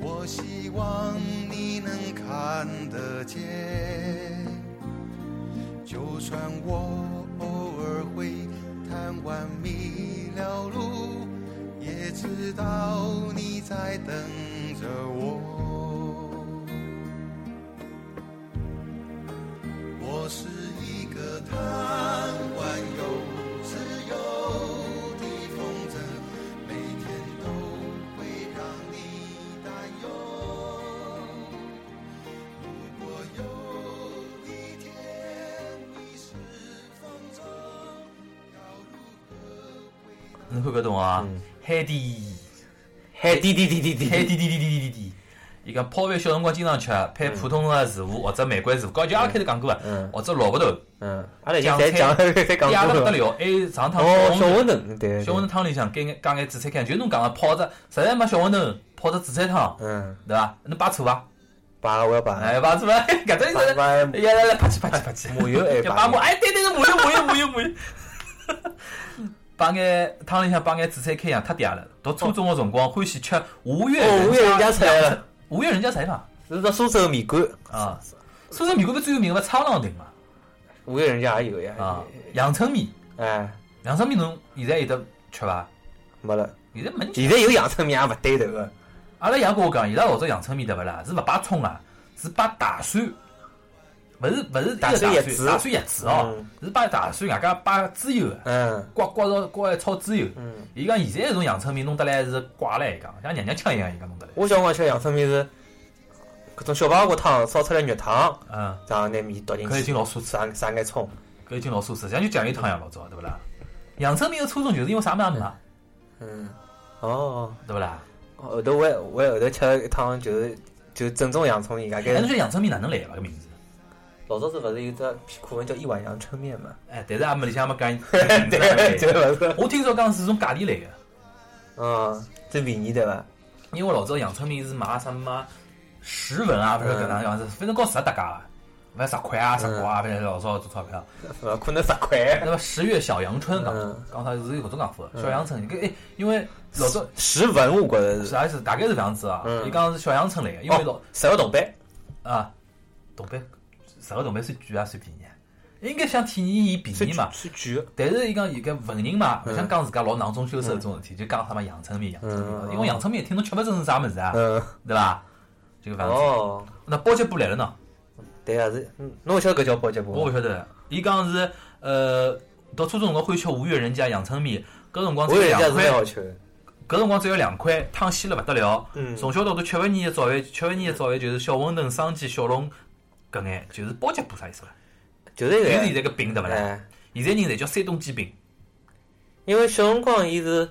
我希望你能看得见。就算我偶尔会贪玩迷了路，也知道你在等着我。我是一个贪玩又自由的疯子，每天都会让你担忧。如果有一天迷失方舟，要如何归来？侬看搿懂啊？海底，海底滴滴滴滴海底滴滴滴滴滴滴。伊讲泡饭小辰光经常吃，配普通的食物或者玫瑰食物，高级阿拉开头讲过个嗯，或者萝卜头，嗯，阿拉酱现在菜讲 在讲嗲了过不得了。了，还有上趟哦，小小馄馄饨饨，对，小馄饨饨，汤里向加眼加眼紫菜干，就侬讲个泡着，实在没小馄饨泡着紫菜汤，嗯，对伐？侬摆醋伐？摆我要摆，哎，摆 醋伐？搿种摆是，摆呀来来，啪叽啪叽啪叽，麻油哎，就摆摆馍，哎，对对对，麻油麻油麻油麻油， 摆眼汤里向摆眼紫菜开洋太嗲了。读初中个辰光欢喜吃五月哦，我有人家家菜了，五月人家菜嘛是只苏州米馆啊，苏州面馆勿最有名个苍浪亭嘛五月人家也有啊呀，，阳春面，哎，阳春面侬现在有得吃伐？没了。现在没人吃现在有阳春面也勿对头啊个，阿拉爷跟我讲，伊拉老早阳春面对勿啦，是勿摆葱啊，是摆大蒜，勿是勿是一个大大蒜叶蒜子大蒜叶子哦嗯，是摆大蒜，外加摆猪油的，嗯刮刮着刮来炒猪油。嗯。伊讲现在这种阳春面弄得来是怪了，伊讲像娘娘腔一样，伊讲弄得来。我小辰光吃阳春面是搿种小排骨汤烧出来肉汤，嗯，然后拿面倒进搿已去，经老奢侈，撒撒眼葱，搿已经老奢侈，像就酱油汤一样老早，对勿啦？阳春面的初衷就是因为啥物事也没，嗯，哦，对勿啦？后头我也我也后头吃了一趟就是就是正宗阳春面，大哎，概侬说阳春面哪能来个搿名字？老早子勿是有只课文叫一碗阳春面 嘛？哎，但是也没里向没讲 名字对哪能来对的。勿是，我听说讲是从价钿来个。嗯，最便宜对伐？因为我老早阳春面是买什么十文啊，不是搿能样子，反正搞十搭价了，勿十块啊、十块啊，反正老早做钞票。勿可能十块， 那么十月小阳春讲嗯，讲啥是有搿种讲法，小阳春。搿哎，因为老早十文我觉着是是，还是大概是搿样子啊，嗯伊讲是小阳春来个，因为老哦十个铜板，啊，东北十个东北算贵啊，算便宜啊，应该想体验伊便宜嘛。算贵的，但是伊讲有个文人嘛，嗯勿想讲自家老囊中羞涩这种事体，就讲什么阳春面、阳春面，嗯因为阳春面一听侬吃勿准是啥物事啊，嗯，对伐？就搿样子。哦，那包结部来了呢？对啊是，嗯侬晓得搿叫啊包结我不勿？晓得，伊讲是呃，读初中辰光欢喜吃五月人家阳春面，搿辰光只我有有人家两是蛮块，好吃的，搿辰光只有两块，汤鲜了勿得了。嗯从小到大吃勿腻的早饭，吃勿腻的早饭就是小馄饨、生煎、小笼搿眼，就是包结部啥意思啦？就是就是搿个现在个饼对勿啦？哎。现在人侪叫山东煎饼，因为小辰光伊是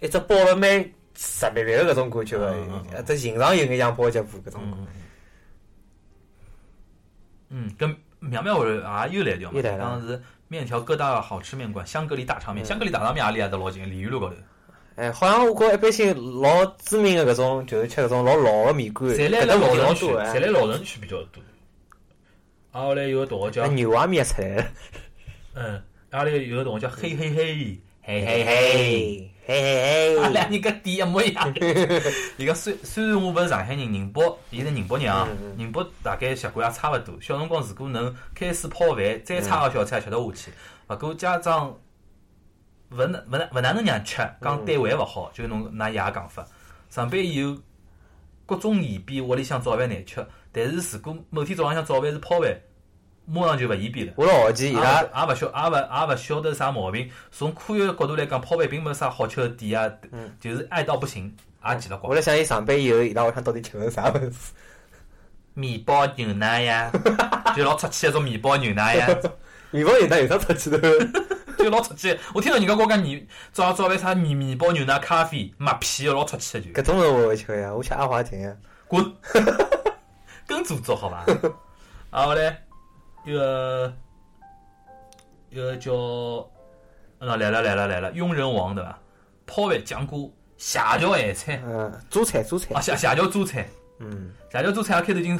一只包了蛮直白白的搿种感觉的嗯嗯，嗯一只形状有眼像包脚布搿种。嗯嗯，跟苗苗会啊又来调嘛，又来了嗯当时面条各大好吃面馆，香格里大肠面，香格里大肠面阿里也得老近，鲤鱼路高头，哎，好像我觉着一般性老知名的搿种，就是吃搿种老老的面馆，侪来搿了搭老老城老区，多侪哎。来老城区比较多。啊，后来有个同学那叫，牛蛙面出来了，嗯，阿拉有个同学叫嘿嘿嘿嘿嘿嘿 嘿阿嘿拉嘿，人家店一模一样。伊讲虽虽然我勿是上海人，宁波，伊是宁波人啊，宁波大概习惯也差勿多。小辰光如果能开始泡饭，再差个小菜也吃得下去。勿过家长勿能勿能勿哪能让吃，讲对胃勿好，就侬㑚爷讲法。上班以后，各种嫌比屋里向早饭难吃，但是如果某天早浪向早饭是泡饭，马上就勿嫌比了。我老好奇伊也拉，也勿晓也勿也勿晓得啥毛病。从科学的角度来讲，泡饭并没啥好吃的点啊，就是爱到不行，也奇了嗯我怪。辣想伊上班以后，伊拉屋里向到底吃的是啥物事？面包牛奶呀， 就老出气的种面包牛奶呀，面包有哪有啥出去 头？就老出气的。我听到人家跟我讲面早早饭啥面面包牛奶咖啡，妈屁的老出气的就搿种是我勿吃的呀，我吃阿华田呀。滚。搿做作好伐？啊，后来一个一个叫，啊来了来了来了，雍仁王对伐？抛饭讲过夏条咸菜嗯，做菜做菜啊，，夏夏条榨菜，嗯，夏条榨菜啊，开头已经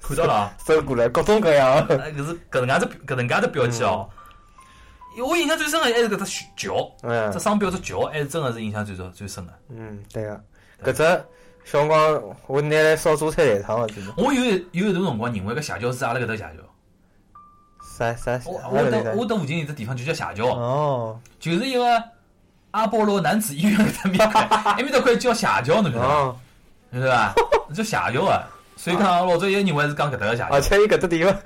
看到了 啊。收过来各种各样的，啊，搿是搿能介只搿能介只标记哦。我印象最深的还是搿只熊桥，嗯只商标只桥还是真的是印象最最深的。嗯，对个，搿只小辰光我拿来烧做菜来烫个，就是我有一有一段辰光认为搿斜桥是阿拉搿头斜桥，啥啥啥我勿我记等得我等附近有只地方就叫斜桥，哦就是一个阿波罗男子医院搿搭面 块，埃面搭块叫斜桥，侬晓得伐？哦，晓得伐？叫斜桥啊。所以讲，老早有认为是讲搿搭个斜桥而且伊搿只地方，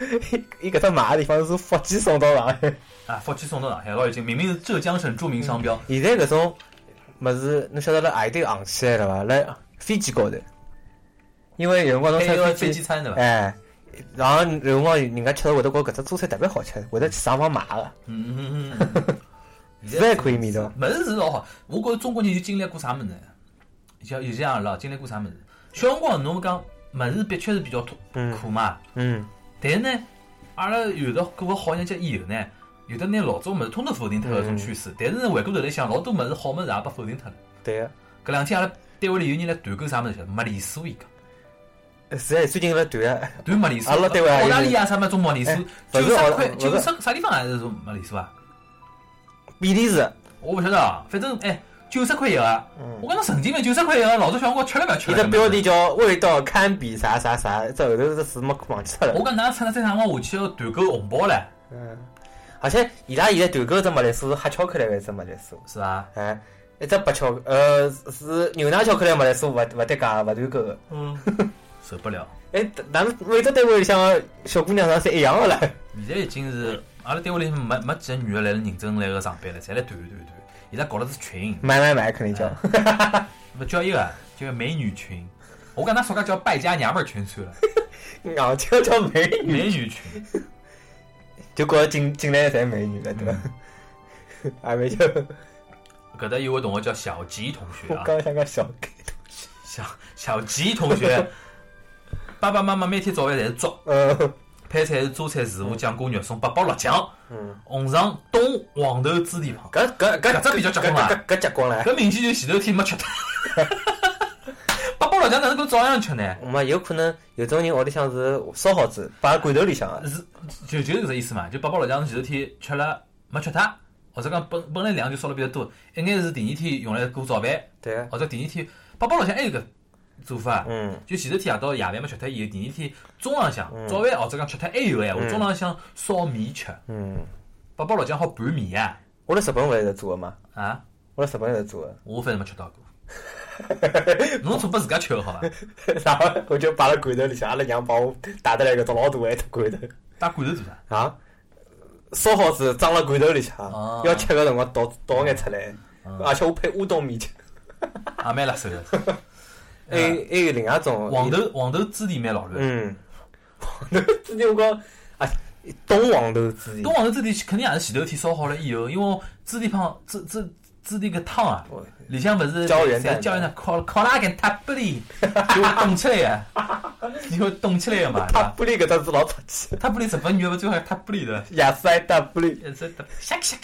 伊伊搿只买个地方是福建送到 上海。啊，福建送到上海老有劲，明明是浙江省著名商标，现在搿种物事，侬晓得辣何里头行起来了伐？辣飞机高头，因为有辰光侬还有乘个飞飞机，餐对伐？哎，然后有辰光人家吃到会得觉得搿只做菜特别好吃，会得去上网买个，嗯嗯嗯嗯嗯，实在可以味道。物事是老好，我觉着中国人就经历过啥物事呢？像有些人了，经历过啥物事？小辰光侬讲物事的确是比较痛嗯苦嘛，嗯，但是呢，阿拉有的过个好日节以后呢，有的拿老早物事通通否定脱搿种趋势，但是呢，回过头来想，老多物事好物事也被否定脱了。对个。搿两天阿拉单位里有人来团购啥物事，没丽素伊讲，是在最近辣断 个，团没丽素，阿拉单位也有澳大利亚啥么种没丽素哎，九勿是澳十大块，勿九是十啥地方还是种没丽素啊？比利时，我勿晓得啊，反正哎，九十块一个啊，嗯我讲侬神经病，九十块一个，老早小辰光吃了勿吃伊了？只标题叫“味道堪比啥啥啥”，这后头是字幕忘记脱了。我讲㑚趁了再啥辰光下去要团购红包唻，嗯，而且伊拉现在团购只麦丽素是黑巧克力个一只麦丽素，是伐？哎，一只白巧克，呃，是是牛奶巧克力麦丽素，勿勿搭价，勿团购个。嗯， 受不了。哎，咱们每只单位里向小姑娘上侪一样个唻。现在已经是阿拉单位里向没没几个女个来了认真来个上班了，侪来团团团。伊拉搞了只群，买买买，肯定叫。勿叫一个叫美女群。我讲㑚说介叫败家娘们儿群算 了，硬叫叫美女，美女群。就觉着进进来侪美女了，对伐？ 还没叫，搿搭有位同学叫小吉同学我啊，刚想讲小鸡，小小吉同 学，爸爸妈妈每天早饭侪是粥，嗯配菜是榨菜豆腐、酱瓜肉松、八宝辣酱、嗯，红肠、冻黄豆猪蹄膀。搿搿搿搿只比较结棍伐搿搿搿结棍唻。哎啊搿明显就前头天没吃 脱。八宝辣酱哪能够照样吃呢？嘛，有可能有种人屋里向是烧好子，摆在罐头里向啊的。是就就是搿只意思嘛，就八宝辣酱是前头天吃了没吃脱，或者讲本本来量就少了比较多，一眼是第二天用来过早饭，对啊，或者第二天八宝辣酱还有个做法，嗯，就前头天夜到夜饭没吃脱以后，第二天中浪向嗯早饭或者讲吃脱还有个闲话，嗯中浪向烧米吃，嗯，八宝辣酱好拌米啊我辣日本勿是在做的嘛，啊！我辣日本在做的，我反正没吃到 过，侬总拨自家吃个好伐？ 然后我就摆辣罐头里向，阿拉娘帮我带得来搿种老大个一只罐头打罐头做啥？啊，烧好子装辣罐头里向啊，要吃个辰光倒倒眼出来，啊而且我配乌冬面吃。 也啊蛮辣手 的。还有还有另外一种黄，豆黄豆汁里蛮老卵，嗯，黄豆之前我讲啊，冬黄豆之东黄豆汁里肯定也是前头天烧好了以后，因为汁里旁汁汁汁里个汤啊，哎里向勿是胶原蛋白侪胶原蛋烤烤拉根塔布 里就会冻起来呀，就会冻起来个嘛。是塔吧布利搿只字老出气，塔布里日本女个最好塔布里的，亚塞塔布利，一直下下。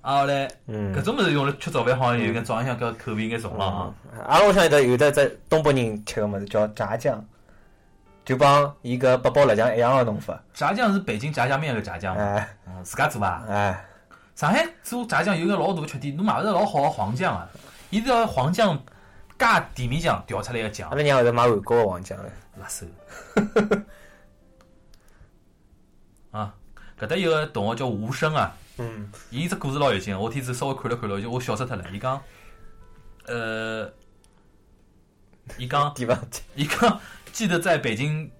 啊后来，嗯搿种物事用了吃早饭好像有眼早浪向搿口味应该重了啊。阿拉屋里向有得有得只东北人吃个物事叫炸酱，就帮伊搿八宝辣酱一样个弄法。炸酱是北京炸酱面个炸酱嘛，哎嗯自家做伐？哎，上海做炸酱有一个老大个缺点，侬买勿着老好个黄酱啊，伊是要黄酱加甜面酱调出来个酱阿，拉娘会得买韩国个黄酱的。辣手。 啊，搿搭有个同学叫吴生啊，嗯伊只故事老有劲，我天子稍微看了看了，我笑死脱了。伊讲，呃，伊讲， 地方去。伊讲，记得在北京，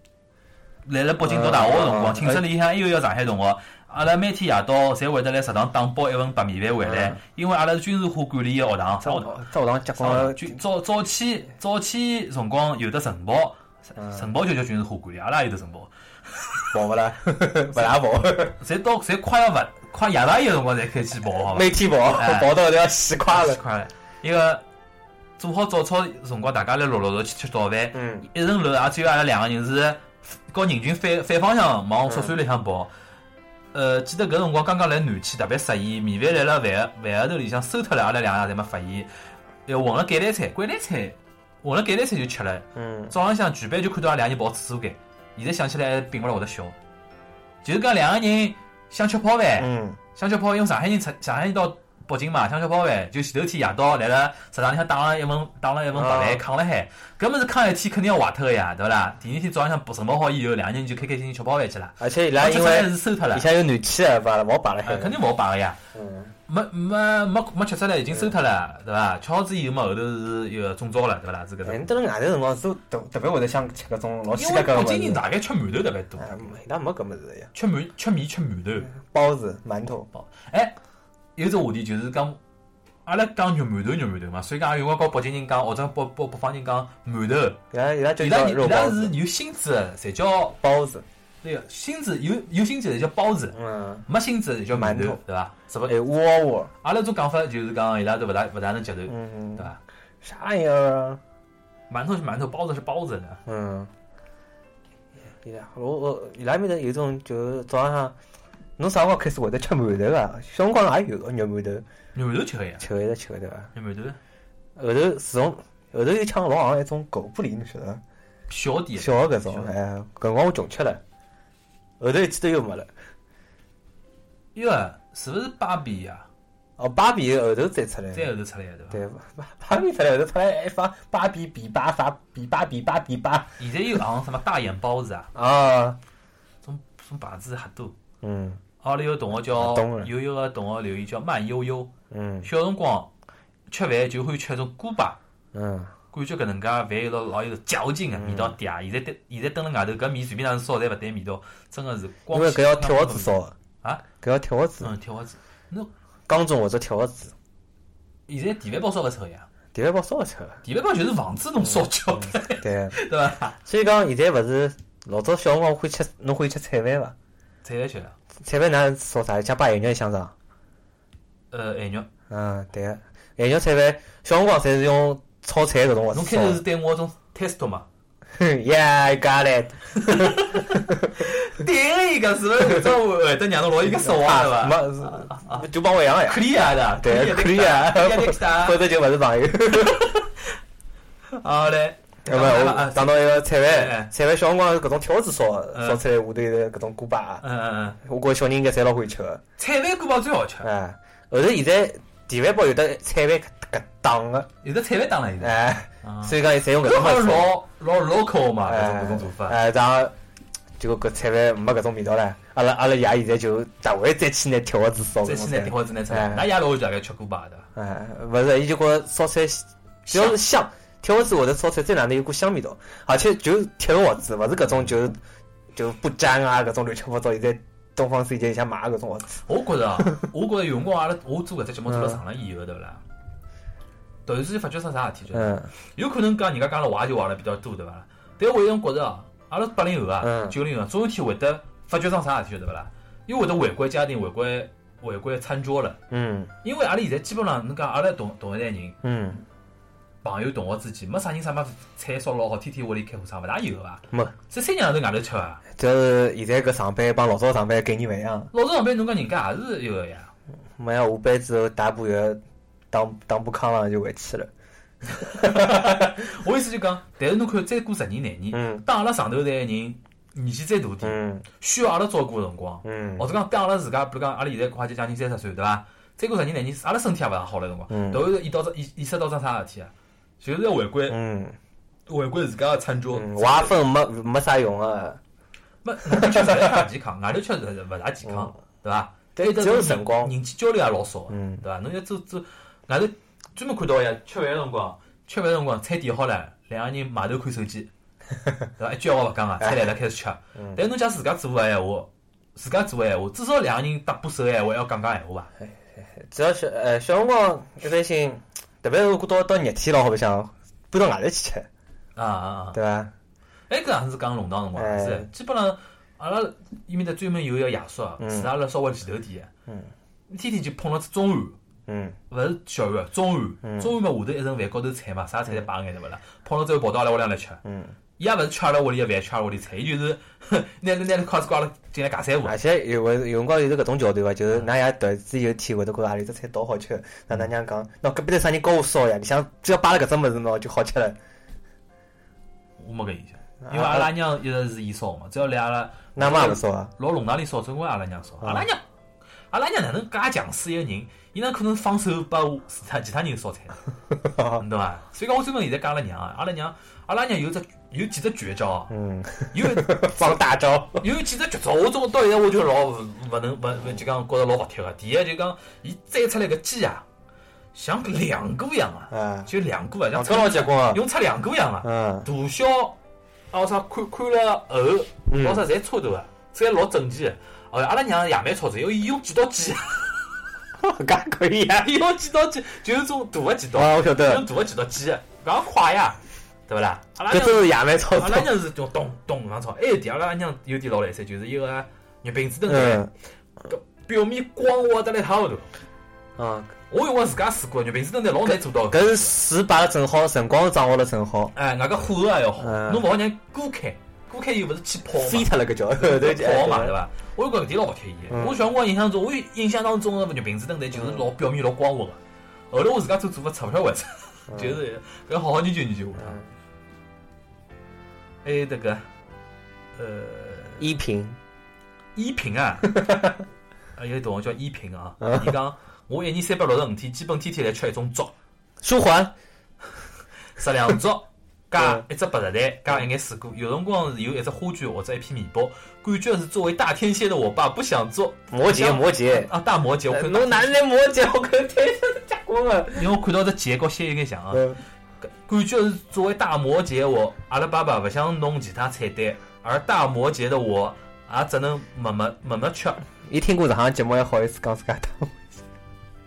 来了北京读大学个辰光，寝室里向还有一个上海同学。阿拉每天夜到侪会得来食堂打包一份白米饭回来嗯，因为阿拉是军事化管理个学堂，啥学堂？澡堂结棍早早了，早起早起辰光有的晨跑，晨跑就叫军事化管理，阿拉也有的晨跑，跑 勿啦，勿大跑， 侪到侪快要晚快夜到一个辰光才开始跑，好伐？每天跑，哎跑到都要死垮太了。快了，一个做好早操辰光，大家来陆陆续续去吃早饭， 嗯啊一层楼也只有阿拉两个人是和人群反反方向往速酸里向跑。呃，记得搿辰光刚刚来南区，特别适宜。米饭来了饭饭盒头里向收脱了，阿拉两个侪没发现。又混了橄榄菜，橄榄菜混了橄榄菜就吃了。嗯，早浪向全班就看到阿拉两个人跑厕所间，现在想起来并勿来会得笑。就是讲两个人想吃泡饭，嗯，想吃泡饭，因为上海人出上海人到北京嘛，想吃泡饭，就前头天夜到来了食堂里向打了一份打了一份白饭，啊扛了海，搿么是扛一天肯定要坏脱个呀，对勿啦？第二天早浪向准备好以后，两个人就开开心心吃泡饭去了。而且伊拉吃因出来为是收脱了里，向有暖气啊，把勿好摆了海呃，肯定勿好摆个呀。嗯，没没没没吃出来，已经收脱了，对伐？吃好子以后嘛，后头是有个中招了，对伐？啦？是搿人种。哎到了外头辰光是特特别会得想吃搿种老因稀为格格北个京人物事，大概吃馒头特别多，哎，没伊拉没搿物事个呀，吃馒吃面吃馒头。包子、馒头，哎，有只话题就是讲，阿拉讲肉馒头肉馒头嘛，所以讲有辰光跟北京人讲，或者北北北方人讲馒头，伊拉伊拉就伊叫拉肉伊包拉子是、有心子的，侪叫包子，那个心子有有心子侪叫包子，嗯，没心子侪叫馒馒头头，对伐？是不？还有窝窝，阿拉种讲法就是讲伊拉都勿大勿大能接受，对嗯，伐？啥玩意儿啊？馒头是馒头，包子是包子的。嗯，伊拉我我伊拉面头有种就是早浪向，侬啥辰光开始会得吃馒头啊？小辰光也有肉馒头，肉馒头吃个呀，吃一直吃对伐？肉馒头后头自从后头又抢老行一种狗不理，侬晓得伐？小点的，小个搿种小，哎，搿辰光我穷吃了，后头一记头又没了。伊个是勿是芭比呀？哦，芭比后头再出来，再后头出来的对伐？对，芭芭比出来后头出来一放芭比比巴啥比巴比巴比巴现在有行什么大眼包子啊，啊，种种牌子瞎多。嗯阿拉有同学叫啊懂了有一个同学留言叫慢悠悠，嗯小辰光吃饭就欢喜吃一种锅巴，嗯，感觉搿能介饭有老老有嚼劲个味道嗲。现在对现在蹲辣外头，搿面随便哪能烧侪勿对味道，真个是光因为搿要鲜铁盒香子的烧的啊，搿要铁盒子味道。，嗯，铁锅子。侬钢种或者铁盒子。现在电饭煲烧勿出个呀？第一包烧吃， 电饭煲就是防止侬烧焦的，对。对伐？所以讲现在勿是老早小辰光会吃，侬会吃菜饭伐？菜来吃了，菜饭哪烧啥？像把咸肉相上。呃，咸肉。嗯，对个。咸肉菜饭小辰光侪是用炒菜搿种物侬开事烧头的是。对我一种 test 嘛？ Yeah, I got it。对个一个是勿是？搿种会得让侬老有一个失望啊，的伐？啊没，就帮我养呀 克。里亚的，对，可以啊克里亚的啥，？ 否则就勿是 朋友。啊好嘞，要不讲完了我啊讲到一个菜哎饭，菜饭小辰光是搿种条子烧的，嗯烧出来下头是搿种锅巴啊，嗯嗯嗯，我觉着小人应该侪老会吃个。菜饭锅包最好吃，哎，后头现在电饭煲有的菜饭搿档个，有的菜饭当然有的，哎，啊啊所以讲侪用搿搿种好方像式，老老 local 嘛，搿种哎搿种做法，哎，然后结果搿菜饭没搿种味道了。阿拉阿拉爷现在就特会再去拿铁锅子烧再搿去种拿菜电，话子拿出来，哎㑚爷老会大概吃锅巴的，哎，勿是，伊就觉着烧出来只要是香，铁锅子或者烧出来再哪能有股香味道，而且就是铁锅子，勿是搿种就是就不粘啊搿种乱七八糟，现在东方世界里向买的搿种锅子，我觉着 啊，我觉着有辰光阿拉我做搿只节目做了长了以后，对勿啦？突然之间发觉出啥事体，就是嗯有可能讲人家讲了坏就坏了比较多，对勿啦？但我有辰光觉着啊，阿拉八零后啊，嗯九零后啊总有一天会得发觉上啥事体，对勿啦？因为会得违规家庭、违规违规餐桌了。嗯因为阿拉现在基本上，侬讲阿拉同同一代人，嗯，朋友同学之间，没啥人啥么菜烧老好，天天屋里开火窗，勿大有个伐？没。只三娘头外头吃啊，就是现在搿上班帮老早上班概念勿一样。老早上班侬讲人家也是有个呀，没呀，下班之后打部药，打打部康朗就回去了。我意思就讲，但是侬看再过十年廿年，嗯当阿拉上头代人年纪再大点，嗯需要阿拉照顾个辰光，嗯或者讲当阿拉自家，比如讲阿拉现在快接将近三十岁，对伐？再过十年廿年，阿拉身体也勿大好了辰光，嗯突然意到意意识到桩啥事体啊？就是要回归嗯回归自家个餐桌，嗯，划分没没啥用啊，没外头吃实在勿健康，外头吃实在勿大健康，对伐？对但嗯只有人辰光人际交流也老少，嗯对伐？侬要做做外头专门看到呀，吃饭个辰光，吃饭个辰光菜点好了，两个人埋头看手机，对伐？一句闲话勿讲啊，菜来了开始吃。但侬假自家做个闲话，自家做个闲话，至少两个人搭把手个闲话要讲讲闲话吧？只要小呃小辰光一般性，特别是如果到到热天了，好白相，搬到外头去吃，啊啊啊！对伐？哎，搿也是讲弄堂辰光，哎是基本上阿拉伊面搭专门有一个爷叔啊，是阿拉稍微前头点个，天天就碰到中午。嗯勿是小碗，中碗，中碗嘛下头一层饭，高头菜嘛，啥菜侪摆眼对勿啦？碰到最后跑到阿拉屋里向来吃，嗯，伊也勿是吃阿拉屋里个饭，吃阿拉屋里菜，伊就是 哼拿拿拿筷子挂了进来尬三胡。而且有个有辰光有这搿种桥段伐，嗯就是㑚爷突然之间有一天会得觉着阿里只菜倒好吃，那㑚娘讲，喏隔壁头啥人教我烧呀？你想只要摆了搿只物事喏就好吃了。我没搿印象，啊因为阿拉娘一直是伊烧嘛，只要来阿拉㑚妈也勿烧啊？老弄堂里烧，总归阿拉娘烧。啊阿拉娘，阿拉娘哪能介强势一个人？伊哪可能放手把我其他其他人烧菜呢？你懂伐？所以讲，我专门现在讲阿拉娘啊，阿拉娘，阿拉娘有只有几只绝招啊，嗯，有一 放大 招。有几只绝招，我总到现在我就老勿勿能勿勿就讲觉着老服帖个。第一就讲，伊摘出来个鸡啊，像两个一样啊，啊，就两个啊，像哦出搿老结棍啊！用出两个一样啊，嗯，大小啊啥看看了后，嗯老啥侪差勿多啊，这侪老整齐个。哦，阿拉娘也蛮操作，因为伊用几刀 剪，搿可以啊！伊用几刀剪，就是种啊大个剪刀，哦，我晓得用，啊大个剪刀剪个，搿也快呀，对勿啦？阿拉搿娘真是野蛮操阿作 拉。娘是种咚咚上炒，还有一点阿拉娘有点老来塞，就是伊个啊肉饼子等嗯，表面光滑得来一塌糊涂。啊，我有光自家试过，肉饼子等待老难做到的。搿是水摆了正好，辰光掌握了正好，哎，外加火候也要好，嗯侬勿好让伊锅开，锅开又勿是去泡飞嘛，脱了搿叫， 对泡嘛对伐？伐？我有觉搿点老服帖伊的。嗯我小辰光印象中，我有印象当中个肉饼子等待就是老表面老光滑个。后来我自家做做法吃勿消 为啥，就是搿好好研究研究下嗯趟。还有迭个，呃，依萍，依萍啊，啊有同学叫依萍啊，伊讲我一年三百六十五天，基本天天来吃一种粥。书桓，十两粥，加一只白菜蛋，加一眼水果。有辰光是有一只花卷或者一片面包，感觉是作为大天蝎的我吧，不想做摩羯，摩羯，啊大摩羯。我呃看侬哪能来摩羯？我看天生结棍啊！因为我看到这结和蝎有眼像啊，嗯感觉是作为大摩羯的我，阿拉爸爸不想弄其他菜单，而大摩羯的我也只能默默默默吃。一听过上趟节目，还好意思讲自家当？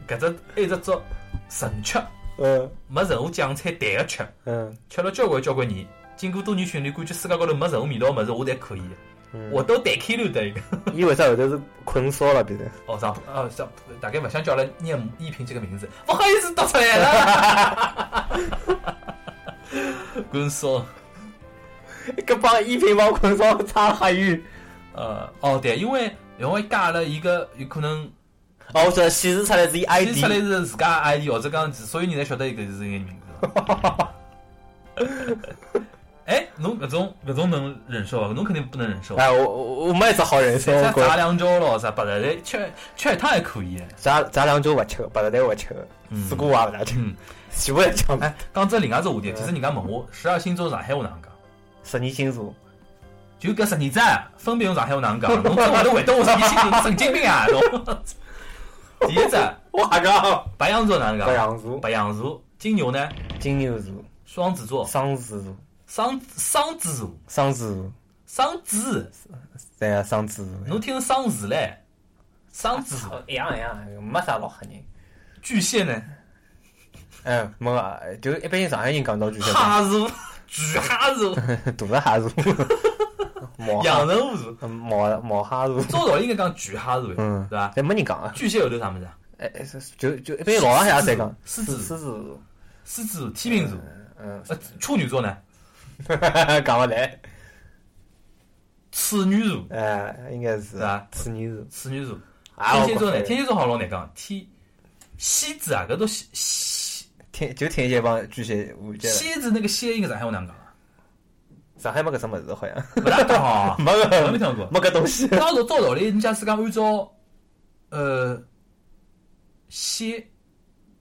搿只还有只粥纯吃， 嗯没任何酱菜淡个吃，嗯吃了交关交关年。经过多年训练，感觉世界高头没任何味道的物事我侪可以，嗯，我都带开溜的一 个。伊为啥后头是困烧了？变成哦，上呃上，大概勿想叫阿拉念依萍这个名字，不好意思读出来了。 滚说， 搿帮依萍帮困烧差哈远。呃，哦对，因为因为加了一个有可能哦，我晓得显示出来是伊先出来 ID，是自家 ID 或者讲所有人侪晓得一个是一个 名字。哎，侬搿种搿种能忍受伐？啊侬肯定不能忍受。哎，我我我没一只好人，所以我再觉炸得两跤咯，啥白菜蛋吃吃一趟还可 以。咱咱两就勿吃，白菜我勿吃，水果我也勿大啊吃，嗯，全部侪吃嘛。哎，讲只另外只话题，其实人家问我十二星座上海话哪能讲？十二星座，就搿十二只，分别用上海话哪能讲？侬真会得回答我是你心里神经病啊！ 侬第一只我 讲白羊座哪能白讲？羊座、白羊座，金牛呢？金牛座、双子座，双子座、双双子座，双子座，双子，对啊，双子座。侬听成双子唻？双子座，一样一样，没啥老吓人。巨蟹 呢？嗯，没啊，就是一般性上海人讲到就晓哈座，巨哈 座，得 大的哈座， 毛阳澄湖座，嗯毛毛哈座，照道理应该讲巨哈座，嗯对伐？但没人讲啊。巨蟹后头啥物事啊？哎，哎是就就一般老上海也在讲狮子狮子座，狮子座、天秤座，嗯，呃，处女座呢？ 讲勿来，处女座，哎，应该是是啊处女座。处女座。啊天我蝎座呢？天天蝎座好像老难讲，天蝎子啊，搿都蝎蝎天就天蝎帮巨蟹误解了。蝎子那个蝎应该上海话哪能讲啊？上海没搿只物事好像，，勿大懂啊 没我没个听过。没搿东西。照道照道理，人家是讲按照呃蝎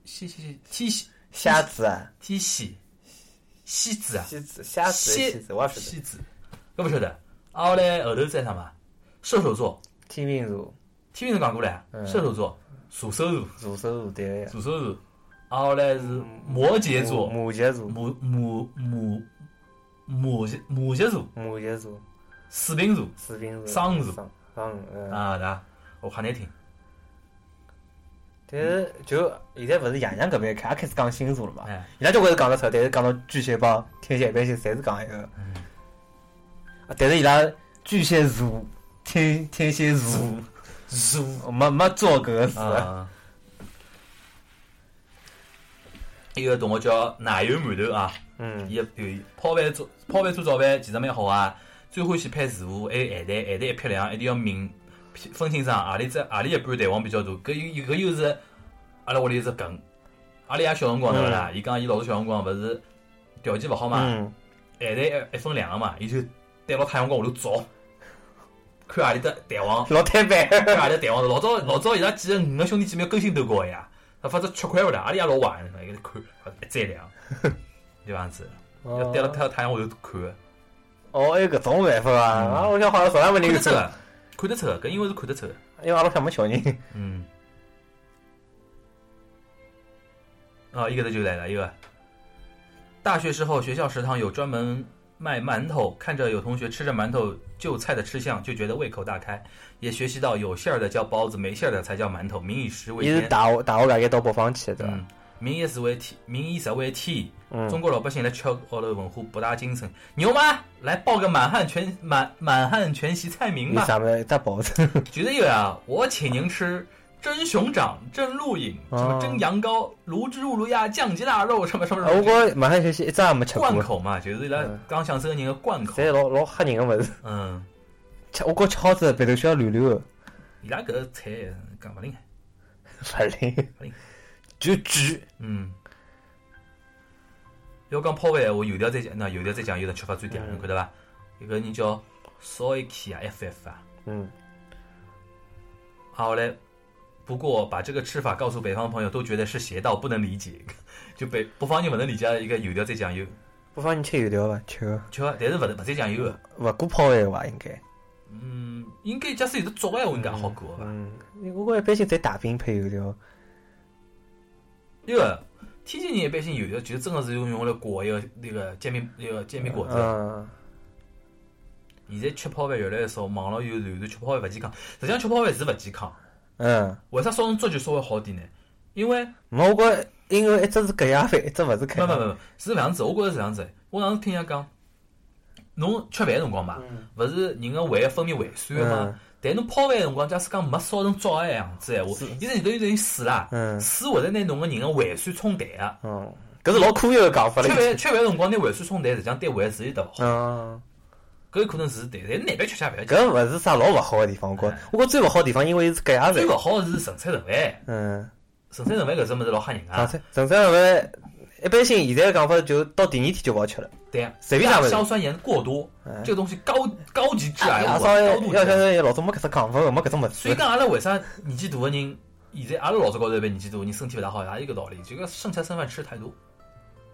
蝎蝎蝎天蝎虾子啊，天蝎蝎子啊，蝎子虾子蝎蝎子，我也不晓得。蝎子，搿勿晓得。啊，后来后头再啥嘛？射手座，天秤座、天秤座讲过唻，嗯射手座、射手座、左手座对个呀，射手座。啊，后来是摩羯座。摩羯座、摩摩摩摩羯摩羯座、摩羯座、水瓶座水瓶座、双子双双子。嗯，啊，对伐？我喊难听，但是就现在勿是爷娘搿边开也开始讲星座了嘛？哎，伊拉交关是讲得出，但是讲到巨蟹帮天蝎，一般性侪是讲一个。嗯啊但是伊拉巨蟹座、天天蝎座，是没没做搿个事。啊。一个同学叫奶油馒头啊，嗯，伊个表现泡饭做泡饭做早饭其实蛮好啊，最欢喜配字符，还有咸蛋，咸蛋一撇两，一定要明分清爽何里只何里一半蛋黄比较大，搿又搿又是阿拉屋里是梗，阿拉爷小辰光对勿啦？伊讲伊老早小辰光勿是条件勿好嘛，嗯，咸蛋一一哎分两个嘛，伊就对牢太阳光下头照，看何里只蛋黄老太白，搿阿里台湾老早老早伊拉几个五个兄弟姐妹勾心斗角个呀，他反正吃亏勿啦，阿拉也老坏，一直看，一再两，就这样子，要对了太太阳下头看，哦，还有搿种办法啊！嗯啊，我想好像从来没看人得出做，个，看得出个，搿因为是看得出个，因为阿拉屋里向没小人。嗯。啊，伊搿搭就来了一个。大学时候，学校食堂有专门卖馒头，看着有同学吃着馒头就菜的吃相，就觉得胃口大开，也学习到有馅儿的叫包子，没馅儿的才叫馒头，民以食为伊天是。大学大学外界到北方去的，对伐？嗯，民以食为天，民以食为天。中嗯，国老百姓来吃奥楼文化博大精深，牛吗？来报个满汉全满满汉全席菜名有吧。啥么大包子？举例啊，我请您吃蒸熊掌、蒸鹿饮，什么哦蒸羊羔、卤汁乌鲁亚、酱鸡腊肉，什么什么啊什么。我觉着马汉学习一张也没吃过嗯贯，口嘛，就是伊拉嗯刚相声人的贯口。侪老老吓人个物事。嗯，吃我觉吃好子鼻头需要流流个，伊拉搿个菜讲勿灵。啊勿灵，就举嗯，要讲泡饭闲话，油条再讲，那油条再讲，有的吃法最嗲，嗯侬看到伐？有个人叫 Soiki 啊，FF 啊，嗯，好嘞。不过把这个吃法告诉北方朋友，都觉得是邪道，不能理解。 就北北方人勿能理解一个油条再讲油，不妨你吃油条伐？吃个吃啊，但是勿勿再讲油的。勿过泡饭伐？应该。嗯，应该假使有的做个闲话，应该好过伐？嗯，我觉一般性侪大饼配油条，因为天津人一般性油条就真的是用用来裹一个那个煎饼那个煎饼果子。嗯，现在吃泡饭越来越少，网浪有流传吃泡饭勿健康，实际上吃泡饭是勿健康。嗯，为啥烧成粥就稍微好点呢？因为没我觉因为一只是隔夜饭，一只勿是隔没没夜饭。没没是搿样子，我觉着是搿样子。我上次听人家讲，侬吃饭的辰光嘛，勿是人个胃分泌胃酸个嘛嗯？但侬泡饭的辰光，假使讲没烧成粥个样子闲话，伊是里头有点水啦，嗯水会得拿侬个人个胃酸啊冲淡个。嗯，搿是老科学个讲法吃了。饭吃饭的辰光拿胃酸冲淡，实际上对胃是有得勿好。嗯。搿有可能是对，但是难免吃下饭。搿勿是啥老勿好个地方，我觉我觉最勿好个地方，因为是隔夜饭哎最。勿好的是剩菜剩饭，嗯，剩纯菜剩饭搿只物事老吓人啊。菜纯粹饭一般性现在个讲法就到第二天就勿好吃了。对啊，随便啥物事硝酸盐过多，嗯这个东西高高级致癌啊物，稍高微度致要癌想。想老早没搿只讲法个，没搿种物所以事。讲，阿拉为啥年纪大个人，现在阿拉老早高头一辈年纪大个人身体勿大好，也有一个道理，就讲剩菜剩饭吃太多。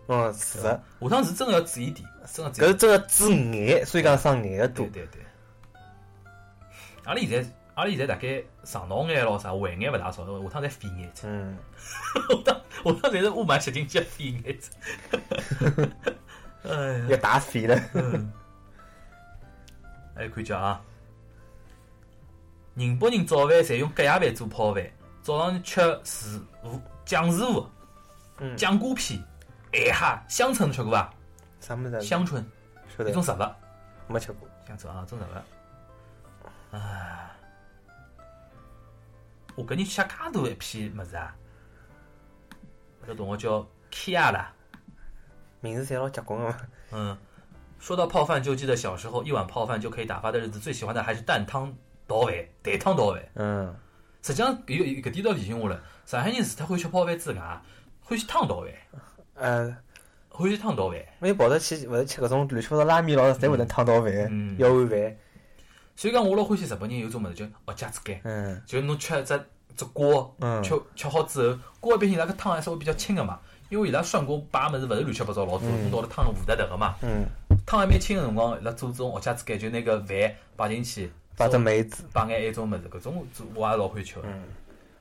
嗯，是下的，趟是真个要注意点，真个注意搿是点。真个致癌，所以讲伤癌个多对。对对。阿拉现在，阿拉现在大概肠道癌咯啥，胃癌勿大少，下趟侪肺癌症，嗯，下趟侪是雾霾吃进去的肺癌症。哎呀。要打肥了。嗯，哎，看叫啊，宁波人早饭侪用隔夜饭做泡饭，早上吃薯糊、酱薯糊、嗯酱瓜片、咸虾、香椿吃过伐？啥物事啊？香椿晓一得种食物，没吃过。香椿啊，一种食物。啊，我跟你吃介大一批物事啊，搿个同学叫 Kia 啦。名字侪老结棍个嘛。嗯，说到泡饭，就记得小时候一碗泡饭就可以打发的日子，最喜欢的还是蛋汤倒饭，蛋汤倒饭。嗯，实际上，有有搿点倒提醒我了。上海人除脱欢喜泡饭之外，欢喜汤倒饭，呃，欢喜汤倒饭。我一跑得去勿是吃搿种乱七八糟拉面咯，侪会得烫到饭嗯，要碗饭。所以讲，我老欢喜日本人有种物事叫蚵架子干，嗯就是侬吃一只只锅，嗯吃吃好之后，锅一边伊拉搿汤还稍微比较清个嘛，因为伊拉涮锅摆物事勿是乱七八糟老多，弄到了汤糊得得个嘛。嗯，汤还蛮清个辰光，伊拉做这种蚵架子干，就拿搿饭摆进去，摆只梅子。摆眼埃种物事，搿种做我也老欢喜吃的。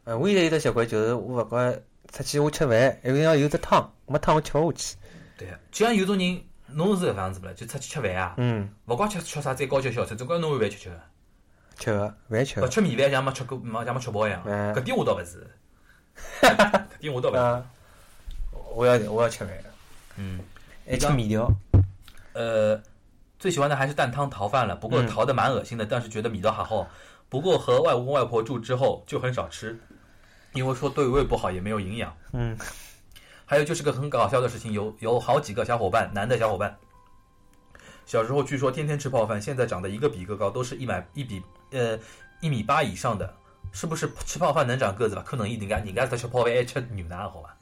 嗯，我现在有只习惯，就是我勿管出去我吃饭，一定要有只汤，没汤我吃勿下去。对，就像有种人，侬是搿样子不啦？就出去吃饭啊，嗯，勿管吃吃啥再高级小吃，总归侬碗饭吃吃的。吃个饭吃勿个。吃米饭像没吃过，没像没吃饱一样。嗯搿点我倒勿 是，搿点我倒勿是。啊，我要我要吃饭，嗯，还吃面条。呃，最喜欢的还是蛋汤逃饭了，不嗯过逃的蛮恶心的，但是觉得米道还好。不过和外公外婆住之后就很少吃，因为说对胃不好，也没有营养。嗯，还有就是个很搞笑的事情，有有好几个小伙伴，男的小伙伴，小时候据说天天吃泡饭，现在长得一个比一个高，都是一买一比呃一米八以上的，是不是吃泡饭能长个子吧？可能一人家人家在吃泡饭还哎吃牛奶好吧？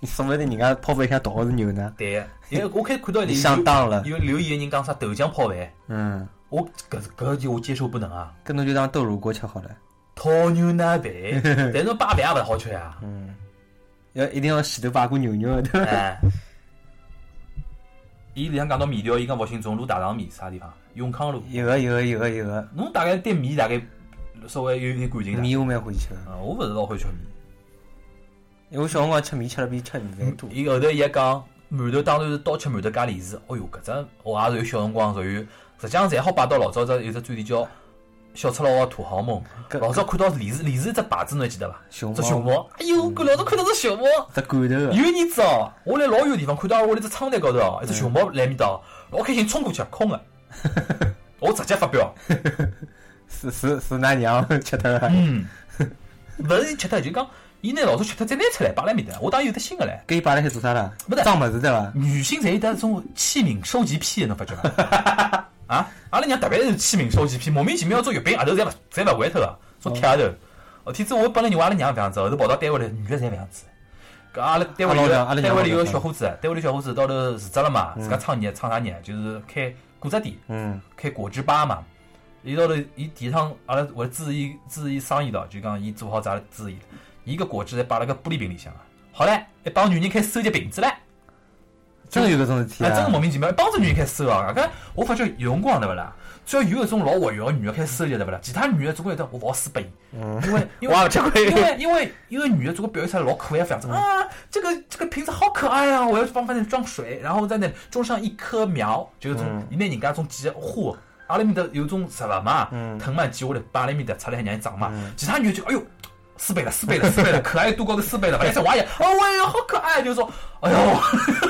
你说不定人家泡饭下倒的是牛呢。对，因为我可以看到你有上当了有留言人讲啥豆浆泡饭，嗯，我搿搿就我接受不能啊。跟侬就当豆乳锅吃好了。泡牛奶饭， 但是八饭也勿好吃啊呀、嗯，要一定要前头摆过牛肉的。哎，伊里向讲到面条，伊讲复兴中路大肠面啥地方？永康路。有个有个有个有个，侬大概对面大概稍微有一点感情的。面我蛮欢喜吃的，啊，我勿是老会吃面。因为我小辰光吃面吃了比吃米饭多。伊后头伊还讲馒头当然是倒吃馒头加莲子。哦哟，搿只我也是有小辰光属于，实际上侪好摆到老早只有只专题叫。小赤佬的土豪梦，搿老早看到李子李子只牌子，侬还记得伐？熊只猫嗯熊猫，哎哟，搿老早看到只熊猫，只罐头的，有一子哦，我来老远的地方看到我那只窗台高头哦，一只熊猫来面搭哦，老开心冲过去，空 的，我直接发飙，是是是，㑚娘 吃脱了，嗯， 勿是吃脱，就讲伊拿老早吃脱再拿出来摆辣面搭，我当然有得新的唻。搿伊摆辣海做啥啦不是？装物事对伐？女性侪有得种器皿收集癖的，侬发觉伐？啊，阿拉娘特别是器皿收集癖，莫名其妙做月饼阿头侪勿侪勿掼脱个，做铁阿头。哦，天子我本来认为阿拉娘搿样子，后头跑到单位来，女的侪搿样子。搿阿拉单位里阿拉有娘阿拉娘单位里有个小伙子，单位里小伙子到头辞职了嘛，自家创业创啥业？就是开果汁店。嗯，开果汁吧嘛。伊到头，伊第一趟阿拉我支持伊支持伊生意了，就讲伊做好啥支持伊，伊个果汁侪摆辣个玻璃瓶里向啊。好唻，一帮女人开始收集瓶子唻，啊，真有搿种事体真啊哎个！莫名其妙，一帮子女人开始收啊。搿我发觉有辰光对勿啦，只要有一种老活跃个女个开始收集对勿啦，其他女个总归有得我勿好输拨伊，因为因为我也勿吃亏因为因为一个女的总归表现出来老可爱的样子啊，这个这个瓶子好可爱啊，我要帮它装水，然后在那里种上一棵苗，就是种里面人家种几个货，阿拉面搭有种植物嘛，藤蔓剪下来摆阿拉面搭出来让伊长嘛，其他女的就哎哟。四倍了，四倍了，四倍了，可爱度高的四倍了，反正我也，哦，我也好可爱，就是说，哎呦，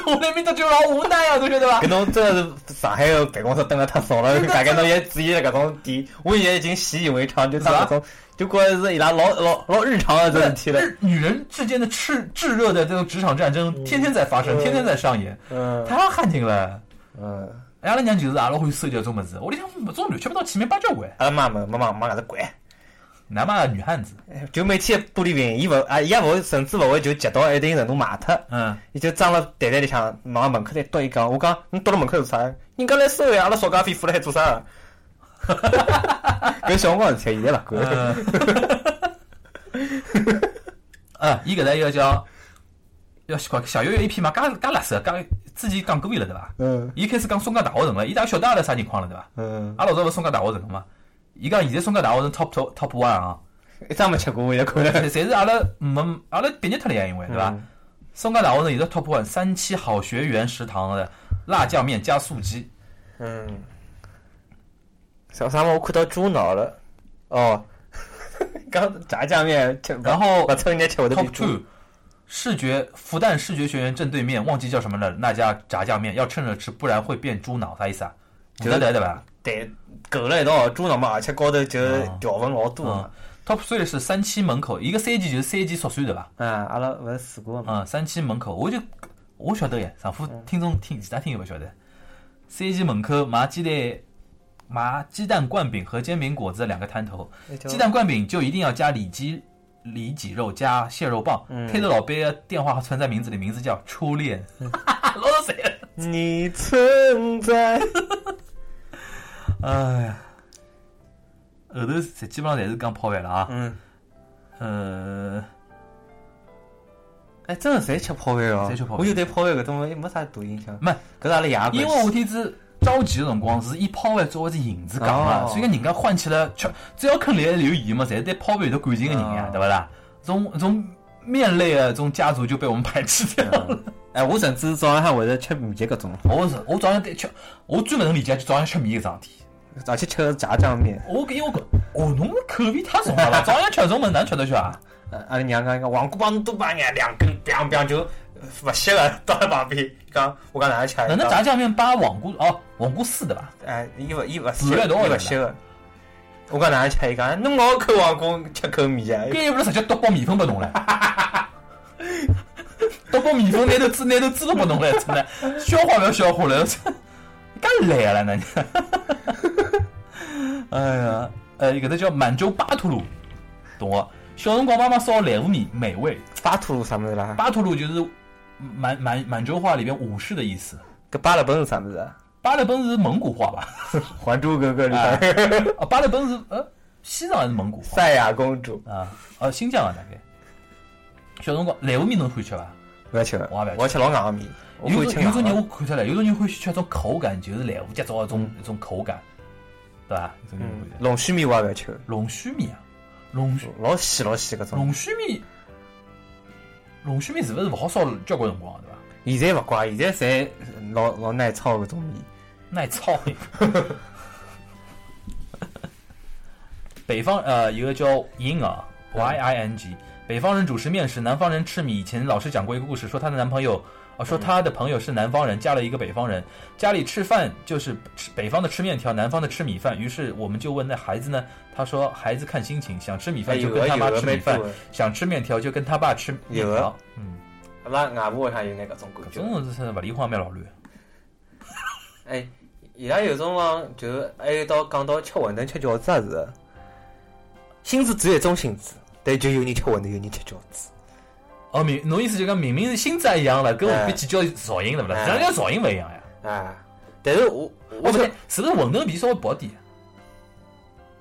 我那面搭就老无奈啊，同学对吧搿？侬真的是上海个办公室蹲了太少 了，真的大概侬也注意了搿种点，我现在已经习以为常，就当啊搿种，就觉着是伊拉老老老日常的这事体了。日女人之间的炽炙热的这种职场战争，天天在发生，天天在上演，嗯太汗青了。哎嗯，阿拉娘就是也老会收集这种物事，屋里向搿种乱七八糟奇门八交怪，阿拉妈没没往往搿只拐。哪妈女汉子，就每天玻璃瓶，伊勿啊，伊也勿会，甚至勿会就急到一定程度卖脱，嗯，伊就装了袋袋里向，往门口头丢一讲，我讲侬丢了门口做啥？人家来收呀，阿拉少加费付了还做啥？ 搿小辰光的事体，现在勿管 了。嗯，啊，伊搿搭一个叫，要小小月月一匹嘛，介介垃圾，介之前讲过伊了对伐？嗯伊开始讲松江大学城了，伊大概晓得阿拉啥情况了对伐？嗯，阿拉老早勿是松江大学城嘛，伊讲现在松江大学城 top top top one 啊，一张没吃过，我现在看了。侪侪是阿拉没阿拉毕业脱了呀，因为对嗯伐？松江大学城现在 top one 三期好学员食堂的辣酱面加素鸡，嗯，小啥嘛，我看到猪脑了。哦， 刚炸酱面吃，然后我蹭人家吃我的 Top 比猪。 Two，视觉复旦视觉学院正对面，忘记叫什么了，那家炸酱面要趁热吃，不然会变猪脑，啥意思啊？就晓是得对吧？对，狗了一道猪脑嘛，而且高头就哦条纹老多嗯嘛。 ，Top Three 是三期门口，一个三期就是三期宿舍对吧？嗯，阿拉勿是试过嘛。嗯，三期门口我就我晓得耶，上夫听众听其他听友不晓得，三期门口卖鸡蛋。卖鸡蛋灌饼和煎饼果子的两个摊头，那叫鸡蛋灌饼就一定要加里脊、里脊肉加蟹肉棒。推的老板的电话存在名字里，名字叫初恋， 老早谁了？你存在。哎呀，后头实基本上侪是讲泡饭了啊。嗯，呃，哎，真的侪吃泡饭哦侪吃泡饭我就对泡饭搿种也没啥大印象。没，搿是阿拉爷的关系因为我天子着急的辰光是以泡饭作为只引子讲嘛，哦所以讲人家唤起了吃，只要肯来留言嘛，侪是对泡饭有得感情的人呀哦，对勿啦？从从面类的这种家族就被我们排斥 掉了。哎，我甚至早浪向会得吃米搿种，我是我早上对吃，我最勿能理解就早上吃面搿桩事体。而且吃的是炸酱面。我因为我觉哦，侬口味太重了吧？早上吃搿种物事哪能吃得消啊？呃阿拉娘讲讲，黄瓜帮侬多摆眼，两根砰砰就勿吸了，倒在旁边。讲我讲哪能吃？哪能伊讲炸酱面把黄瓜哦黄瓜丝对伐？哎，伊勿伊勿吸，煮了一道伊的勿吸个。我讲哪能吃？伊讲侬咬口黄瓜吃口米啊。 搿还勿如直接剁包面粉拨侬唻。包面粉拿头煮，拿头煮了拨侬来吃呢，消化勿要消化了， 干懒了呢你。 哎呀，呃，搿只叫满洲巴图鲁，懂伐？小辰光妈妈烧濑户米，美味。巴图鲁啥物事啊啦？巴图鲁就是满满满洲话里边武士的意思，搿巴勒本是啥物 事啊？巴勒本是蒙古话吧？ 《还珠格格》里哎头，啊，巴勒本是呃西藏还是蒙古话赛亚公主啊？啊，新疆啊大概。小辰光濑户米侬欢喜吃伐？勿要吃的，我也勿要吃我吃老硬个面，我有欢喜种有吃硬种人的。我看出来，有种人欢喜吃那种口感，就是濑户家造的一种一种口感，对伐？有种人欢嗯喜吃。龙须面我也勿要吃，龙须面啊，龙须老细老细搿种。龙须面，龙须面是勿是勿好烧交关辰光啊对伐？现在勿怪，现在侪老老耐操搿种面。耐操。 北方呃，一个叫 ying 啊，y i n g。北方人主食面食，南方人吃米。以前老师讲过一个故事，说她的男朋友，呃，说她的朋友是南方人，嫁了一个北方人，家里吃饭就是吃北方的吃面条，南方的吃米饭。于是我们就问那孩子呢，他说孩子看心情，想吃米哎饭就跟他妈吃米饭，想吃面条就跟他爸吃面有条的。嗯，阿拉外婆屋里向有眼搿种感搿觉。种是勿离荒蛮老乱。哎，伊拉有辰光就是还有到讲到吃馄饨、吃饺子也是的，心思只有一种心思，但就有人吃馄饨，有人吃饺子。哦，明，侬意思就讲明明是心智也一样了，跟何必哎计较造型对不啦？哎人家造型勿一样呀。啊，但是我哦，不我觉对得，是不是馄饨皮稍微薄点？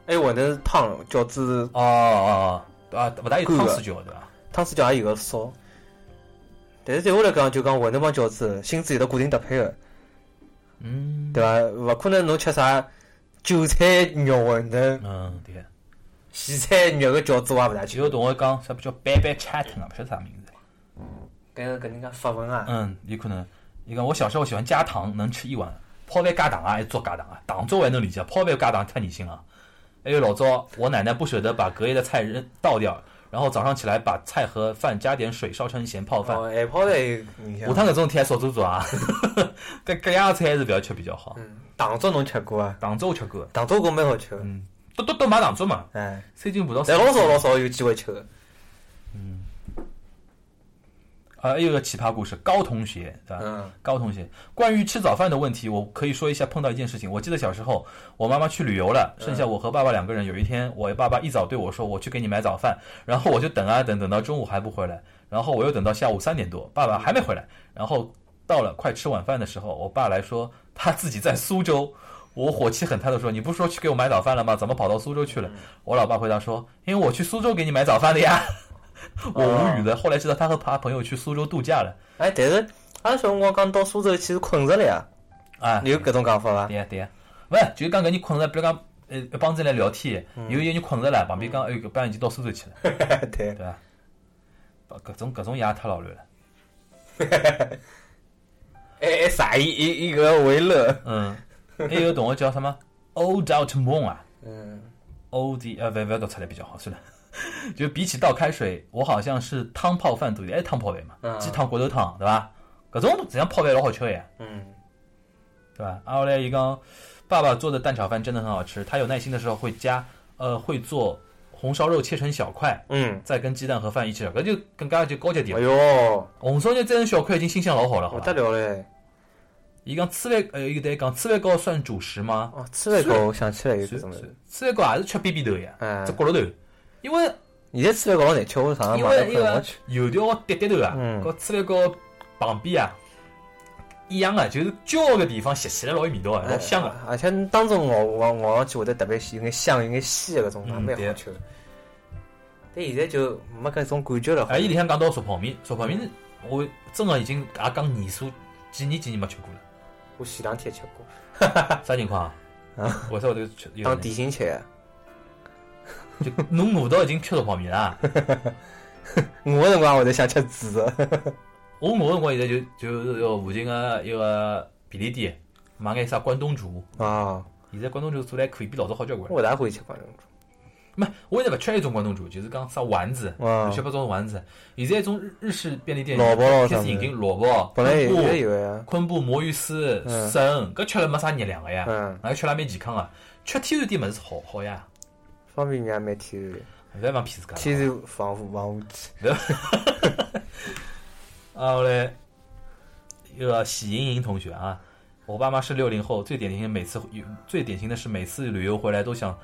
哎馄饨是烫的，饺子哦哦哦，啊，勿大有干的汤水饺对伐？汤水饺也有个烧。但是对我来讲，就讲馄饨帮饺子心思有得固定搭配的，嗯对伐？勿可能侬吃啥韭菜肉馄饨、嗯，对。咸菜肉个饺子，我也勿大就有吃。同学讲啥不叫白白 chatting 啊，不晓得啥名字。但是搿人家法文啊，嗯，有可能。伊讲我小时候喜欢加糖，能吃一碗。泡饭加糖啊，还是做加糖啊？糖做我还能理解，泡饭加糖太恶心啊。还有老早我奶奶不舍得把隔夜的菜扔倒掉，然后早上起来把菜和饭加点水烧成咸泡饭。哦，咸泡饭有印下象。趟搿种天少做做啊，搿搿样菜还是勿要吃比较好。嗯，糖粥侬吃过啊？糖粥我吃过，糖粥我蛮好吃的，嗯，都都都买糖粥嘛，哎，三斤葡萄。但老少老少有机会吃的。啊，还有个奇葩故事，高同学，对吧？嗯，高同学，关于吃早饭的问题，我可以说一下碰到一件事情。我记得小时候，我妈妈去旅游了，剩下我和爸爸两个人。有一天，我爸爸一早对我说：“我去给你买早饭。”然后我就等啊等，等到中午还不回来，然后我又等到下午三点多，爸爸还没回来。然后到了快吃晚饭的时候，我爸来说他自己在苏州。我火气很大的说：“你不是说去给我买早饭了吗？怎么跑到苏州去了？”我老爸回答说：“因为我去苏州给你买早饭的呀。”我无语了。后来知道他和他朋友去苏州度假了。哎，但是阿拉小辰光讲到苏州去是困着了呀，啊，有搿种讲法伐？对呀对呀，勿是啊就是讲搿人困着了，比如讲呃一帮子人来聊天，有一个人困着了，旁边讲哎搿帮人已经到苏州去了， 对对，伐？搿搿种搿种也太老乱了。哎哎，啥一一一个为乐，嗯，还有个同学叫什么 Old Out Moon 啊嗯， ，O D 呃勿勿要读出来比较好，算了。 就比起倒开水，我好像是汤泡饭多一点，还哎是汤泡饭嘛，嗯鸡汤、骨头汤，对伐？搿种实际上泡饭老好吃个呀。嗯，对吧？啊然后来一刚，爸爸做的蛋炒饭真的很好吃，他有耐心的时候会加，呃，会做红烧肉切成小块，嗯，再跟鸡蛋和饭一起炒，搿就更加就高级点哎了。哟，红烧肉切成小块已经心想老好了，好不得吧？了嘞！伊讲吃饭，呃，有得讲吃饭糕算主食吗？哦，吃饭糕，我想起来有搿算种算事。吃饭糕也是吃边边头呀，哎只，骨头头，因为现在吃饭糕老难吃，我常常因买为到那困个我去。油条滴滴头啊，嗯和吃饭糕旁边啊一样啊，就是焦个地方吸起来老有味道啊，老香啊。哎，而且当中熬熬熬上去会得特别有眼香，有眼鲜的搿种，也嗯蛮对好吃的。但现在就没搿种感觉了。好哎，像伊里向讲到熟泡面，熟泡面是我真的已经也讲年数几年几年没吃过了，我前两天吃过，啥情况啊？为啥会得吃？有当呢点心吃，就侬饿到已经吃熟泡面啦？我的辰光会得想吃紫的。我饿的辰光现在就就是要附近个一个便利店买眼啥关东煮，啊，现在关东煮做得还可以，比老早好交关了。我哪会吃关东煮？没，我现在勿吃一种关东煮，就是讲啥丸子，啊乱七八糟的丸子。现在一种日日式便利店萝卜开咯啥始引物事进萝卜、本来昆有布也有啊呀，昆布、魔芋丝、嗯笋，搿吃了没啥热量个哎呀，嗯，而且吃了还蛮健康个。吃天然点物事好好呀。方便面也蛮天然的，勿要放屁自家了。天然防腐防腐剂。啊，后来一个喜盈盈同学啊，我爸妈是六零后，最典型的每次最典型的是每次旅游回来都想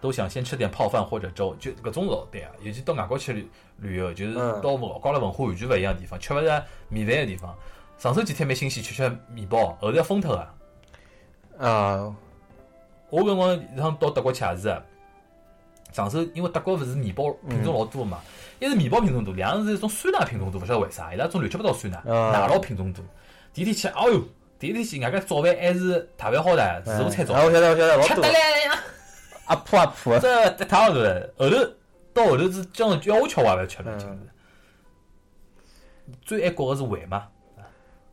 都想先吃点泡饭或者粥，就搿种老对啊，尤其到外国去旅旅游，就是嗯到老家的文化完全勿一样的地方，吃勿着米饭的地方。上头几天蛮新鲜，吃吃面包，后头要疯脱啊！啊，我搿辰光一趟到德国去也是啊，上首因为德国勿是面包品种老多嘛，一是面包品种多，两是一种酸奶品种多，勿晓得为啥，伊拉种乱七八糟酸奶，啊奶酪品种多。第一天去，哎哟，第一天去，人家早饭还是大碗好的，自助餐早啊，饭，我晓得，我晓得，老吃多得来，阿普阿普，这一塌糊涂了。后头到后头是叫叫我吃我也勿要嗯吃了，简直。最爱国个是碗嘛，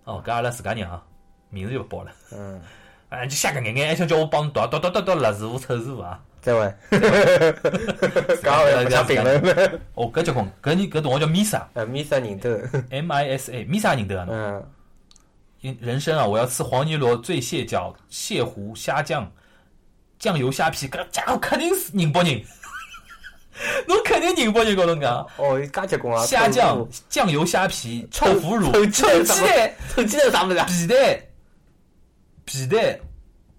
哦，搿阿拉自家人啊，名字就勿报了，嗯，哎，就瞎搿眼眼，还想叫我帮侬读读读读读了，是无丑是无啊。再问，刚好不想评论，哦，搿结棍，搿人搿同学叫 Misa 呃，米三认得， M I S A Misa 认得啊侬？嗯，因人参啊，我要吃黄泥螺、醉蟹脚、蟹糊、虾酱、酱油虾皮，搿家伙肯定是宁波人， 侬肯定宁波人，跟侬讲。哦，伊加结棍啊，虾酱、酱油虾皮、臭腐乳、臭臭臭鸡鸡蛋蛋、臭鸡蛋啥物事啊？皮蛋、皮蛋，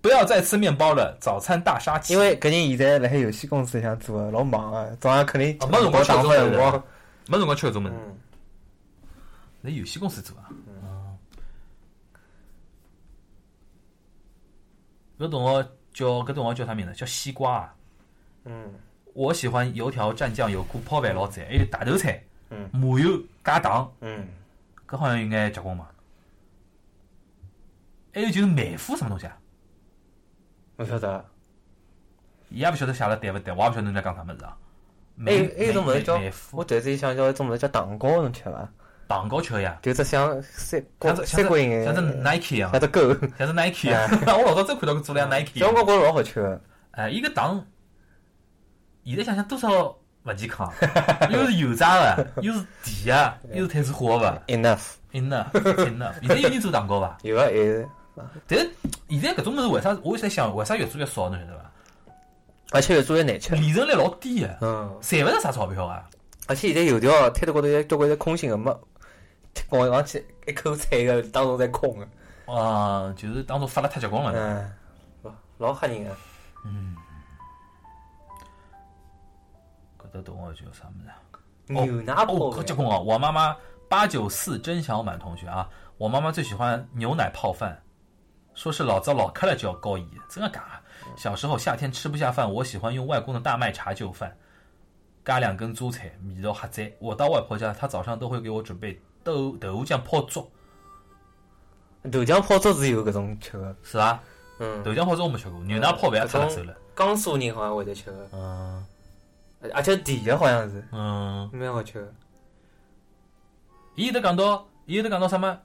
不要再吃面包了，早餐大杀器。因为搿人现在辣海游戏公司里向做，老忙啊，早上肯定啊没辰光吃这打种发辰物光，没辰光吃搿种物事，嗯辣游戏公司做啊。搿同学叫搿同学叫啥名字？叫西瓜啊。嗯我喜欢油条、蘸酱油、锅泡饭、老仔，还有大头菜、嗯麻油加糖，嗯，搿好像有眼结棍嘛。还有就是麦麸什么东西啊？我晓得。伊也勿晓得写了对勿对，我也勿晓得侬在讲啥物事啊。还麦有还有种物事麦叫麦，我麸突然之间想叫一种物事叫蛋糕，侬吃伐？糖糕吃呀，就只像三像光只哦三像角只形的，像只 Nike 一样 像，只狗。像只 Nike 一样。哎 我老早真看到过做辆 Nike 一小样。辰光觉着老好吃的，哎，伊个糖，现在想想多少勿健 康，啊又是油炸的，又是甜的，又是碳水化合物。 enough 真的，真的，现在有人做蛋糕伐？有啊有，但是现在搿种物事为啥？我在想，为啥越做越少？侬晓得伐？而且越做越难吃。利润率老低个，嗯，赚勿着啥钞票啊！而且现在油条摊头高头也交关是空心的，没，光上去一口菜个当中在空的，啊，就是当中发了太结棍了。嗯嗯，老老吓人啊。搿搭同学叫啥物事啊？哦牛奶泡哦，搿结棍哦！我妈妈八九四真小满同学啊，我妈妈最喜欢牛奶泡饭，说是老早老看了就要高一，真的假啊？小时候夏天吃不下饭，我喜欢用外公的大麦茶就饭，加两根猪菜，味道吓赞。我到外婆家，她早上都会给我准备豆豆腐酱泡粥，饭豆浆泡粥是有搿种吃的，是吧？嗯，豆浆泡粥我没吃过，牛奶泡饭也太难受了。江苏人好像会得吃的，嗯而而且甜的好像是嗯，蛮好吃的。伊有得讲到，伊有得讲到什么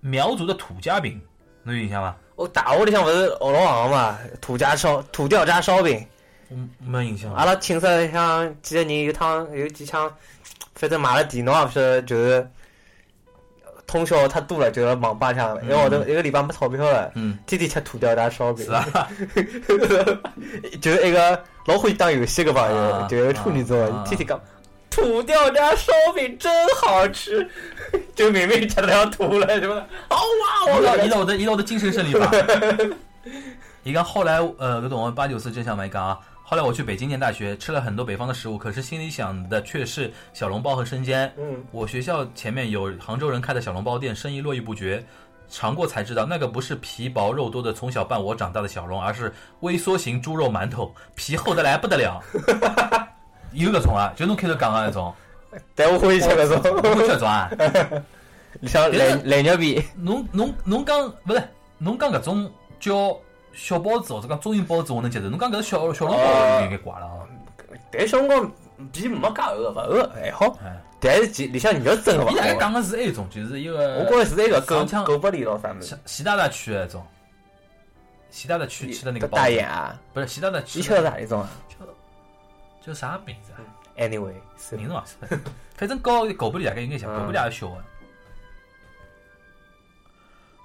苗族的土家饼，侬有印象伐？我哦大学里向勿是学老行嘛，土家烧土掉渣烧饼，我没印象。阿拉寝室里向几个人有趟有几枪，反正买了电脑也勿晓得，就是通宵太多了，就要网吧上一个号头一个礼拜没钞票了，嗯，天天吃土掉渣烧饼是，啊 吧？就是一个老欢喜打游戏个朋友啊，就是个处女座啊，天天讲。土掉渣烧饼真好吃， 就明明吃了要吐了，什么的，好哇！伊我拉感伊拉会得伊拉会得精神胜利法。伊讲后来呃，搿种八九四真相嘛，伊讲啊，后来我去北京念大学，吃了很多北方的食物，可是心里想的却是小笼包和生煎。嗯，我学校前面有杭州人开的小笼包店，生意络绎不绝。尝过才知道，那个不是皮薄肉多的从小伴我长大的小笼，而是微缩型猪肉馒头，皮厚得来不得了。有搿种啊，就侬开头讲个那种，但我欢喜吃搿侬种，会 吃搿种啊？像蓝蓝牛皮，侬侬侬讲勿是，侬讲搿种叫小包子或哦者讲中型包子我能接受，侬讲搿小小笼包哦我有眼怪了啊！但小辰光皮没介厚，勿厚还好哎，但是其里向肉真个伊大概勿好。讲个是一种，就是一我个觉着是那个狗长枪狗不理咯啥物事习，习大大区的那种，习大大区吃的那个包大子，眼啊，不是习大大你区吃的是哪一种啊叫啥名字啊？ ？Anyway，是名字忘记了， 反正高狗不理大概有眼像，嗯狗不理也小的。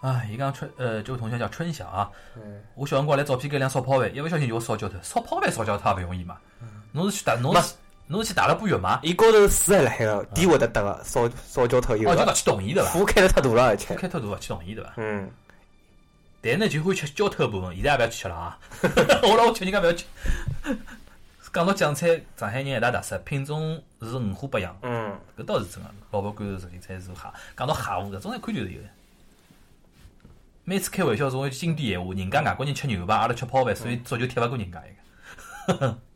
啊，伊讲春呃，这位同学叫春晓啊，嗯我小辰光来照片间一辆烧泡饭，一不小心就烧焦脱，烧泡饭烧焦它也不容易嘛。侬是去搭侬没是侬去汏了把浴嘛，伊高头水还辣海个，地会得得个，啊烧烧焦脱油啊哦，就啊勿个，去动伊对伐？火开得太大了，而且，开脱大勿去动伊对伐？嗯，但呢就欢吃浇头部分，现在也勿要去吃了啊！我老吃人家勿要吃。 讲到酱菜，上海人一大特色，品种是五花八样，嗯，搿倒是真个。老婆干头曾经菜是蟹，讲到蟹，我搿种一看就是有的。每次开玩笑总有经典闲话，人家外国人吃牛排，阿拉吃泡饭，所以足球踢勿过人家一个。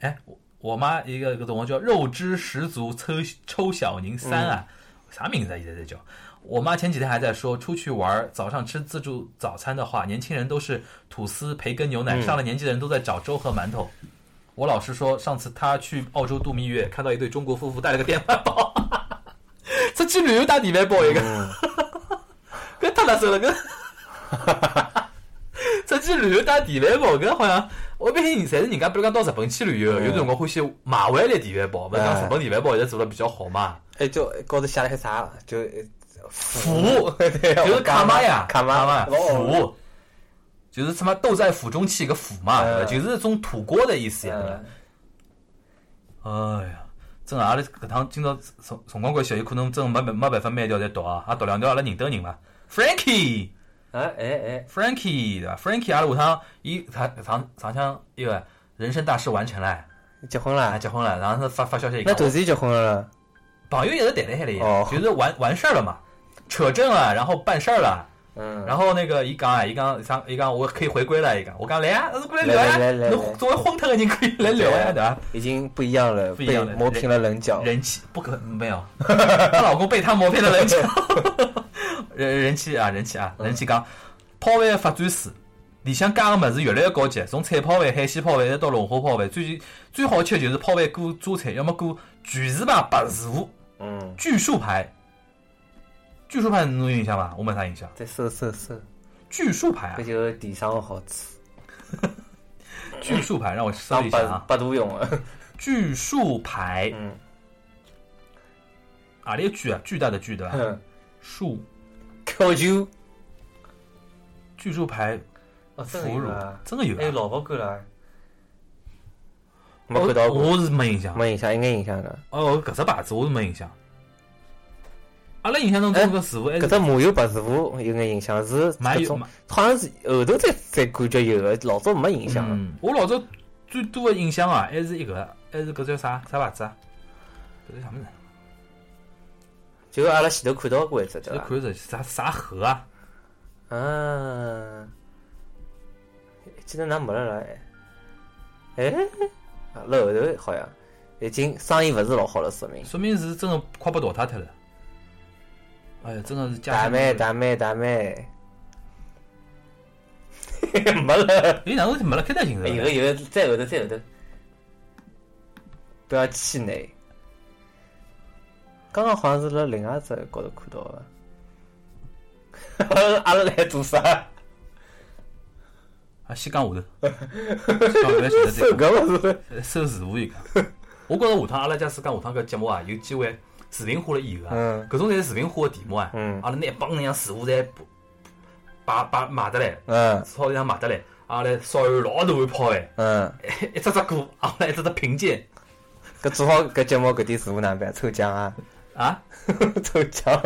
哎，我我妈一个搿种叫肉汁十足抽抽小宁三啊，啥名字啊？现在在叫。我妈前几天还在说，出去玩儿早上吃自助早餐的话，年轻人都是吐司、培根、牛奶，上了年纪的人都在找粥和馒头。我老师说，上次他去澳洲度蜜月，看到一对中国夫妇带了个电饭 煲，出去旅游带电饭煲嗯一个，搿太拿手了 搿。出去旅游带电饭煲，搿好像我一般性侪是人家，比如讲到日本去旅嗯游，有辰光欢喜买回来电饭煲，勿是讲日本电饭煲现在做了比较好嘛。哎，就高头写了海啥，就腐，腐 对就是卡玛呀，哎卡玛玛哦腐，就是什么斗在釜中泣个腐嘛，对吧？嗯就是一种土锅的意思呀，对吧嗯？哎呀，真的，阿拉搿趟今朝辰辰光关系，有可能真没办没办法慢掉再读啊，也读两条阿拉认得的人嘛。Frankie。啊，哎哎， Frankie 对吧？Frankie 阿拉下趟伊上上上腔一个人生大事完成了，结婚啊啦？结婚了，然后他发发消息一那讲，段时结婚了，朋友一直谈了海里哦，就是完完事儿了嘛，扯证了，然后办事儿了。嗯，然后那个伊讲啊，伊讲上伊讲我可以回归了，伊讲我讲来啊，呃过来聊来来来呀，来啊侬作为荒唐的人可以来聊啊呀，对吧？已经不一样了，不一样被了磨平了棱角，人气不可没有，她老公被她磨平了 人气，人人气啊人气啊人气讲，泡饭的发展史里向加个物事越来越高级，从菜泡饭、海鲜泡饭一直到龙虾泡饭，最最好吃的就是泡饭裹榨菜，要么裹巨树牌白薯、嗯，巨树牌。巨树牌侬有印象伐？我没啥印象。再搜搜搜，巨树牌啊搿，就是地上的好处，巨树牌，让我搜当一下百啊。百度用的，巨树牌，嗯啊，里个巨啊？巨大的巨对吧？哼树，Q 九，巨树牌哦，真的腐有乳啊，真的有还有啊？老婆干了，没看到我过，我是没印象。没印象，应该印象的。哦，搿只牌子我是没印象。阿拉印象当中搿似乎还哎搿是只麻油白师傅有眼印象，是蛮搿有种蛮好像是后头才才感觉有的，老早没印象了。嗯。我老早最多的印象啊，还是一个，还是搿叫啥啥牌子啊？搿叫啥物事？就阿拉前头看到过一只这对伐？看着啥啥盒啊？啊，记得㑚没了啦？哎，啊辣后头好像已经生意勿是老好了，说明。说明是真的快被淘汰脱了。哎呀，真的是家大乡妹，味大妹，大妹， 没了。哎，哪能就没了开头形有式个了？有个，再后头，再后头，不要气馁。刚刚好像是辣另外一只高头看到的， 阿拉来做啥？啊，先讲下头，先讲下头再这讲。个勿是呃收视乎一个。我觉着下趟阿拉假使讲下趟搿节目啊，有机会视频化了以后啊嗯，搿种侪是视频化的题目啊，嗯阿拉拿一帮人样似乎侪把把买得来，嗯超市上买得来，阿拉来烧有老大一泡饭，嗯，一只只锅，阿拉一只只品鉴搿做好搿节目搿点事务哪办？抽奖 啊，啊，抽奖！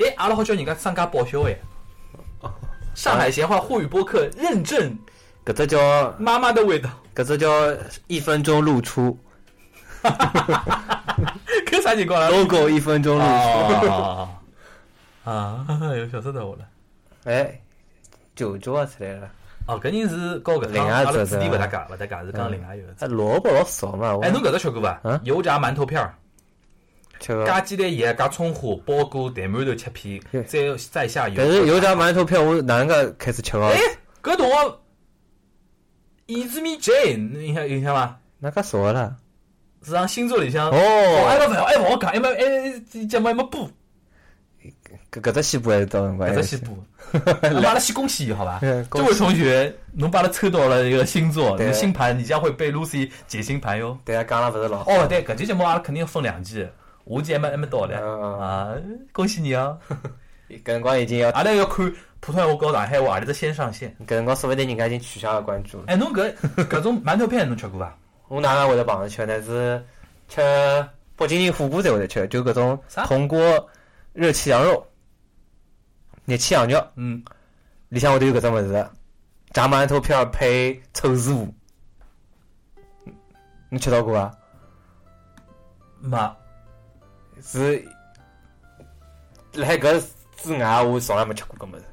哎，阿拉好叫人家商家报销哎。上海闲话沪语播客认证搿只叫妈妈的味道，搿只叫一分钟露出搿啥情况啊？ ，logo 一分钟露出。啊啊！有笑死到我了。哎，九九啊出来了。哦，�'搿人是搞搿另趟，外一阿只拉字典对勿吧搭界，勿搭界是讲另外一个字。啊，萝卜老少嘛，我哎，侬搿只吃过伐嗯？油炸馒头片儿，吃个。加鸡蛋液，加葱花，包裹蛋馒头切片，再再下油。嗯但是油炸馒头片我哪能介开始吃啊哎个？，搿同学伊兹米 J，侬印象有印象伐？哪介熟个啦？是上星座里向。哎哦，勿勿哎勿好讲，哎没哎节目还没播，搿搿只西部还是到辰光搿只还是先播。 我们阿拉先恭喜伊好伐？嗯这恭喜位同学，侬把阿拉抽到了一个星座，你对的星盘你将会被 Lucy 解星盘哟。对啊，讲了勿是老好。哦，对，搿期节目阿拉肯定要分两季，下季还没还没到嘞嗯嗯啊！恭喜你啊！搿辰光已经要阿拉要看普通话和上海话何里搭先上线？搿辰光说勿定人家已经取消了关注了。哎，侬 搿搿种馒头片侬吃过伐？我哪能会得碰着吃呢？是吃北京人火锅才会得吃，就搿种啥铜锅热气羊肉、热气羊肉，嗯，里向会得有搿种物事，炸馒头片儿配臭豆腐。你吃到过伐？没，是，辣海搿之外，我从来没吃过搿物事。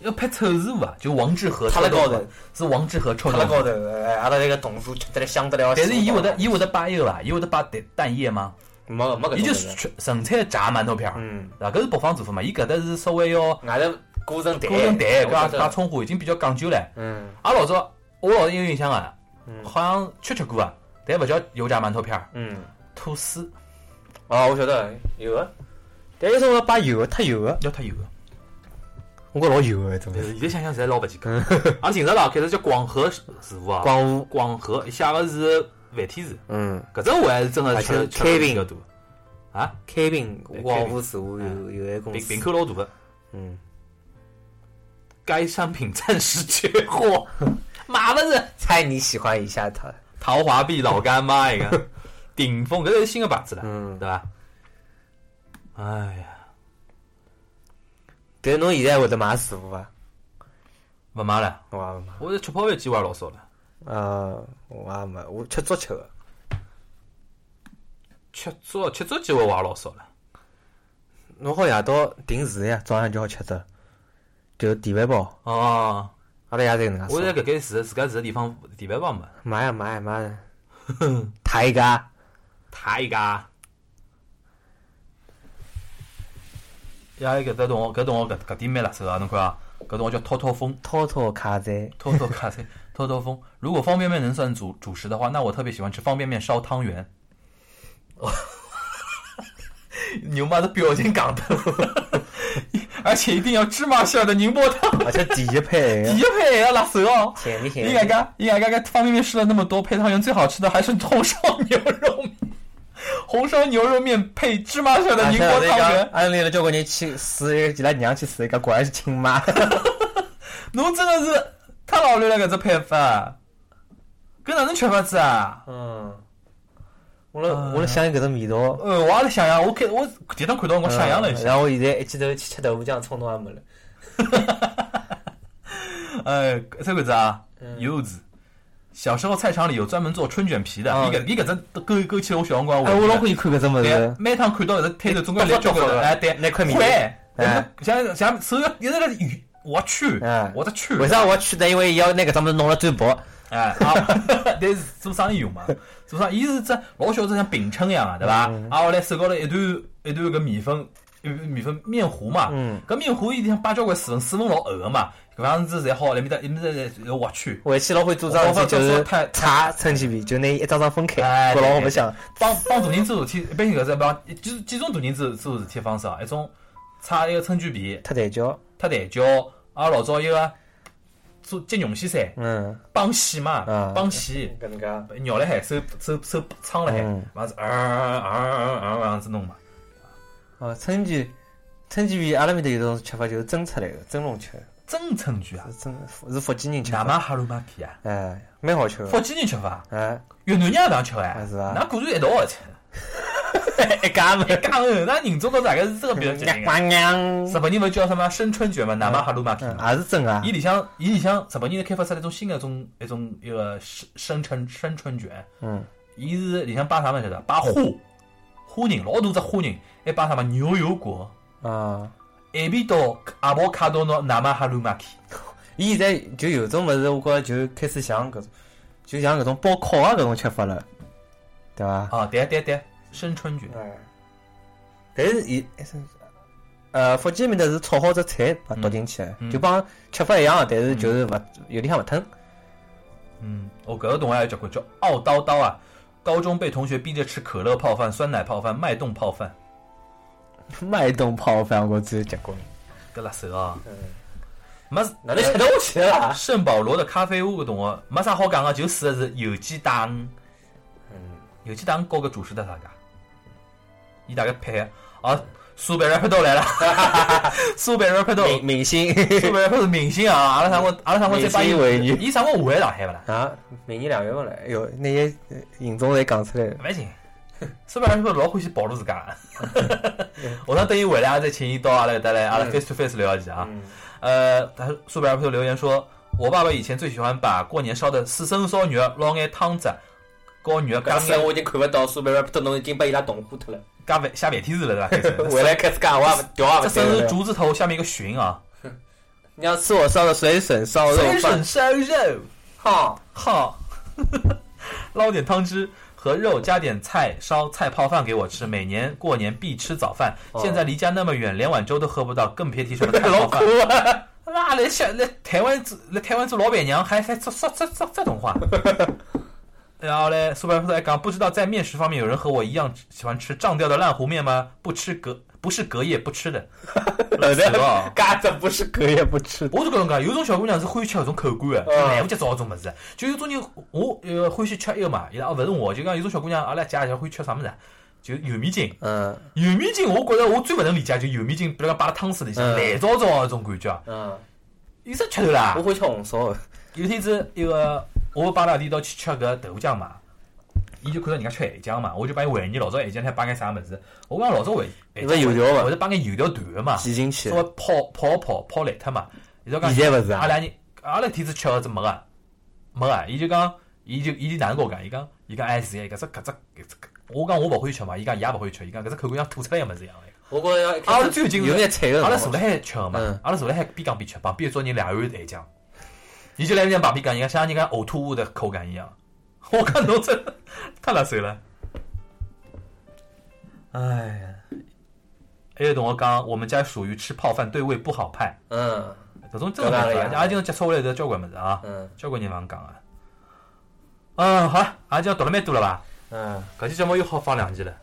要拍臭豆腐啊，就王致和他辣臭豆高腐头，是王致和臭他豆辣高腐。头，哎阿拉那个同事吃得来香得了。但是伊会得的，伊会得摆一个伐？伊会得摆蛋蛋液吗？没没搿伊就种物是事。纯纯粹炸馒头片儿，嗯，对伐？搿是北方做法嘛？伊搿搭是稍微要外头裹成蛋，裹成蛋，加加我觉得。葱花，已经比较讲究了。嗯阿拉老早我老早有印象啊，嗯好像吃吃过啊，但勿叫油炸馒头片儿，嗯，吐司哦，我晓得有个，但有辰光摆油的，太油的，要太油个。我觉得老油啊的，真但的。是现在想想实在老勿健康。 阿拉近日啦开始叫广和师傅啊，光污，嗯广和写个是繁体字，嗯搿只我还是真而的且吃吃开了瓶比较多啊， ，K 饼光污似乎有嗯有限公瓶司瓶，口老大个。嗯，该商品暂时缺 货，买勿着。猜你喜欢一下它，陶华碧老干妈一 个，顶峰搿是新个牌子了，嗯对，伐？哎呀，但是侬现在会得买师傅伐？勿买了，我也没买，我是吃泡饭机会老少了，呃，我也没，我吃足球啊的，吃粥吃粥机会我也老少了。侬好夜到定时呀，早上就好吃的，就电饭煲，哦，阿拉爷在能介我在说，搿间住自家住个地方地板房嘛，买呀买呀啊买呀，抬一家，他一家。呀，搿只同学，搿同学搿搿点蛮辣手啊！侬看啊，搿同学叫涛涛风，掏掏卡在，涛涛咖 啡，涛涛风。如果方便面能算主主食的话，那我特别喜欢吃方便面烧汤 圆。牛妈的表情港的， 而且一定要芝麻馅儿的宁波 汤，而且啊第一配 第一配也要辣手哦。甜不伊甜？外加伊外加搿方便面试了那么多配汤圆，最好吃的还是红烧牛肉面。红烧牛肉面配芝麻馅啊的宁波汤圆，安利了交关人去试，伊拉娘去试一个，果然是亲妈。侬真的是太老累了搿只配法，搿哪能吃法子啊？嗯，我辣我辣想搿种味道。啊呃，我也在想呀，我看我第一趟看到我想象了一下，然后我现在一记头去吃豆腐浆，冲动也没了。哎，这个子啊，嗯柚子。小时候菜场里有专门做春卷皮的，嗯伊搿伊搿只都勾勾起了我小辰光哎，回忆我了老欢喜看搿种物对事，，每趟看到搿只摊头，总归来交关人，哎，对，那块面会，哎像像手要一直在雨，我去哎，我的去，为啥我要去呢？因为要拿搿种物事弄了最薄。哎， 啊，但是做生意用嘛，做生意伊是只老小只像饼铛一样啊，对伐？嗯啊，后来手高头一段一段搿米粉，一段米粉面糊嘛，嗯搿面糊伊里向摆交关水分，水分老厚个嘛，搿样子侪好，埃面搭埃面搭侪要挖去，回去老欢喜做桩事体，就我是发觉擦撑起皮，就拿一张张分开，哎搞对老我白相。帮帮大人做事体，一般性搿是帮几几种大人做做事体方式啊，一种擦一个春卷皮，踢台球，踢蛋胶，阿拉老早一个做接绒线噻，嗯，绑线嘛啊，绑线。搿能介。绕了海，手手手撑了海嗯，完是啊啊啊啊样子弄嘛。哦，春卷，春卷皮阿拉面搭有种吃法，就是蒸出来的，蒸笼吃的，真春卷啊，是蒸是福建人吃哪法。嘛哈鲁马皮啊，哎，蛮好吃的。福建人吃法，哎，越南人也这样吃哎啊是吧，那果然一道 的吃。一家门一家人，那人种高头大概是这个比较接近 的。嗯日本人勿叫什么生春卷嘛，哪嘛哈鲁马皮嘛。也是真啊伊。里向，伊里向，日本人开发出来一种新的一种一种一个生生春生春卷，嗯，伊是里向摆啥么晓得？摆花，花仁，老大只花仁，还摆啥么牛油果，啊，埃边到阿婆卡多诺纳玛哈鲁马基，伊现在就有种物事，我觉着就开始像搿种，就像搿种包烤啊搿种吃法了，对伐？啊，对对对，生春卷，哎，但是伊，呃，福建面搭是炒好只菜把它倒进去，嗯就帮吃法一样，但是就是勿有点像勿吞。嗯，我搿个同学还有交关叫傲刀刀啊，高中被同学逼着吃可乐泡饭、酸奶泡饭、脉动泡饭，脉动泡饭我只有吃过，搿辣手啊，没事嗯哪能吃得下去啊？ 圣保罗的咖啡屋搿同学没啥好讲个，就四个字：有机大鱼。嗯，有机大鱼搞个主食搭啥个？伊大概配啊，苏北 rapper 都来了， 苏北 rapper 都，明明星苏北 rapper 是明星啊！阿拉啥光，阿拉啥光再把伊明星为女伊啥光下来上海勿啦？ 啊，明年两月份来，哎哟，那些呃影总侪讲出来了，勿行，苏北 rapper 老欢喜暴露自家。 下趟等伊回来，阿拉再请伊到阿拉搿搭来，嗯阿拉 face to face 聊一下啊。呃，他苏北 rapper 留言说，我爸爸以前最喜欢把过年烧的刺身烧肉，捞眼汤子，搞肉加搿次眼我已经看勿到苏北 rap 侬已经被伊拉同化脱了，加饭下饭天子了，对伐？嗯回来开始讲我也勿啊调也勿对这甚了。是竹字头下面一个寻啊，你要是我烧的水笋烧肉水饭笋，烧肉。 好，好，捞点汤汁和肉，加点菜烧菜泡饭给我吃。每年过年必吃早饭，现在离家那么远，连碗粥都喝不到，更别提什么菜泡 饭。那来下来台湾做来台湾做老板娘，还还说说说说这种话。然后嘞，苏白富还讲，不知道在面食方面，有人和我一样喜欢吃胀掉的烂糊面吗？不吃隔不是隔夜不吃的，后是吧头嘎子不是隔夜不吃的，我是搿能介，有种小姑娘是欢喜吃搿种口感的，嗯来勿及找搿种物事。就有种人，我呃欢喜吃一个嘛，伊拉啊勿是我，就讲有种小姑娘，阿拉姐也欢喜吃啥物事啊，就油面筋。 嗯，油面筋，我觉着我最勿能理解，就油面筋，比如讲摆辣汤水里向，嗯烂糟糟的那啊种感觉，嗯，有啥吃头啦我？会吃红烧的，有天子一个我帮拉弟一道去吃搿豆腐浆嘛，伊就看到人家吃咸浆嘛，我就帮伊回忆老早咸浆还摆眼啥物事。我讲老早咸勿是油条嘛或者摆眼油条团的嘛，挤进去稍，微泡泡泡泡烂脱嘛。伊就讲现在勿是阿啊，拉人，阿拉天子吃个只没个，没个，伊就讲，伊就伊就哪能跟我讲？伊讲，伊讲，哎是哎，搿只搿只搿只，我讲我勿会吃嘛，伊讲伊也勿会吃，伊讲搿只口感像吐出来个物事一样的。我觉着要一阿开拉始最有劲有眼是，菜的阿拉那坐种，辣海吃个嘛嗯，阿拉坐辣海边讲边吃，旁边一桌人两碗咸浆，伊就来人家旁边讲，伊讲像人家呕吐物的口感一样。 我看侬这太拉手了。哎呀，还有同学讲，我们家属于吃泡饭对胃不好派。嗯搿种真的没办法，也今朝接触下来是交关物事啊，嗯交关人勿能讲啊。嗯，好了，也今朝读了蛮多了吧？嗯，搿期节目又好放两期了，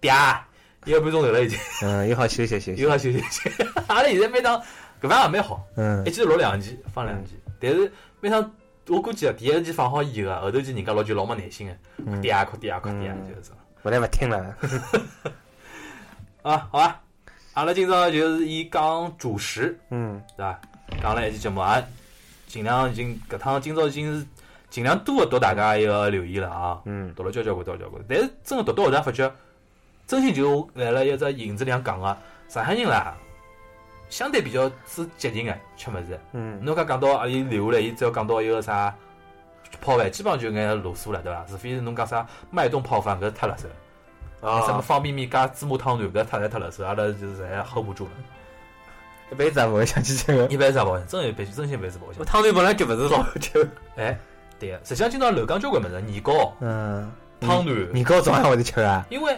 嗲，一个半钟头了已经，嗯，又好休息休息，又要休息休息。 阿拉现在每趟搿番也蛮好，嗯一，期录两期，放两期，但是每趟我估计啊，第一期放好以后啊，后头期人家老就老没耐心的，嗯嗲哭嗲哭嗲嗯就是这样。我来勿听了，啊，好啊，阿拉今朝就是以讲主食嗯，对伐？讲了一期节目，也尽量已经搿趟今朝已经是尽量多地读大家一个留言了啊，嗯读了交交关交交关，但是真的读到后头发觉，真心就来了一只影子里向讲个，上海人啦，相对比较是节俭个吃物事。嗯，侬讲讲到啊，伊留下来，伊只要讲到一个啥泡饭，基本上就有眼啰嗦了，对伐？除非是侬讲啥脉动泡饭，搿是太垃圾了。什么啊，方便面加芝麻汤圆，搿太太太垃圾，阿拉就是还 hold 不住了。嗯一辈子也勿会想起这个，一般是勿好想，真的一般真心一般是勿好想我。汤圆本来就勿是老就，哎，对个，实际上今朝楼江交关物事，年糕、嗯，汤圆，年糕早上会得吃啊，因为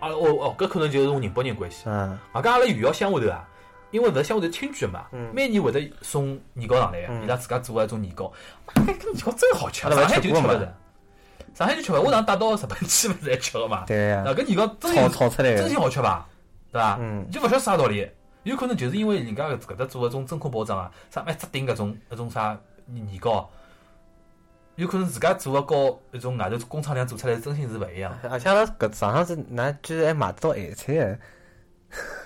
啊哦哦，搿可能就是我宁波人关系。嗯啊，搿阿拉余姚乡下头啊，因为勿是乡下头亲眷嘛嗯，每年会得送年糕上来个，嗯伊拉自家做个一种年糕，妈搿搿年糕真好吃，阿上拉勿海是就吃吃过勿嘛着，上海就吃勿着，我上带到日本去勿是还吃个嘛，对呀啊，，搿年糕真炒有炒出来真的心，好吃伐？对伐？哎嗯就勿晓得啥道理，有可能就是因为人家搿搿搭做搿种真空包装啊，啥蛮只顶搿种搿种啥年糕，有可能自家做个和一种外头工厂里向做出来的真心是勿一样。而且阿拉搿上趟是㑚居然还买得到咸菜的。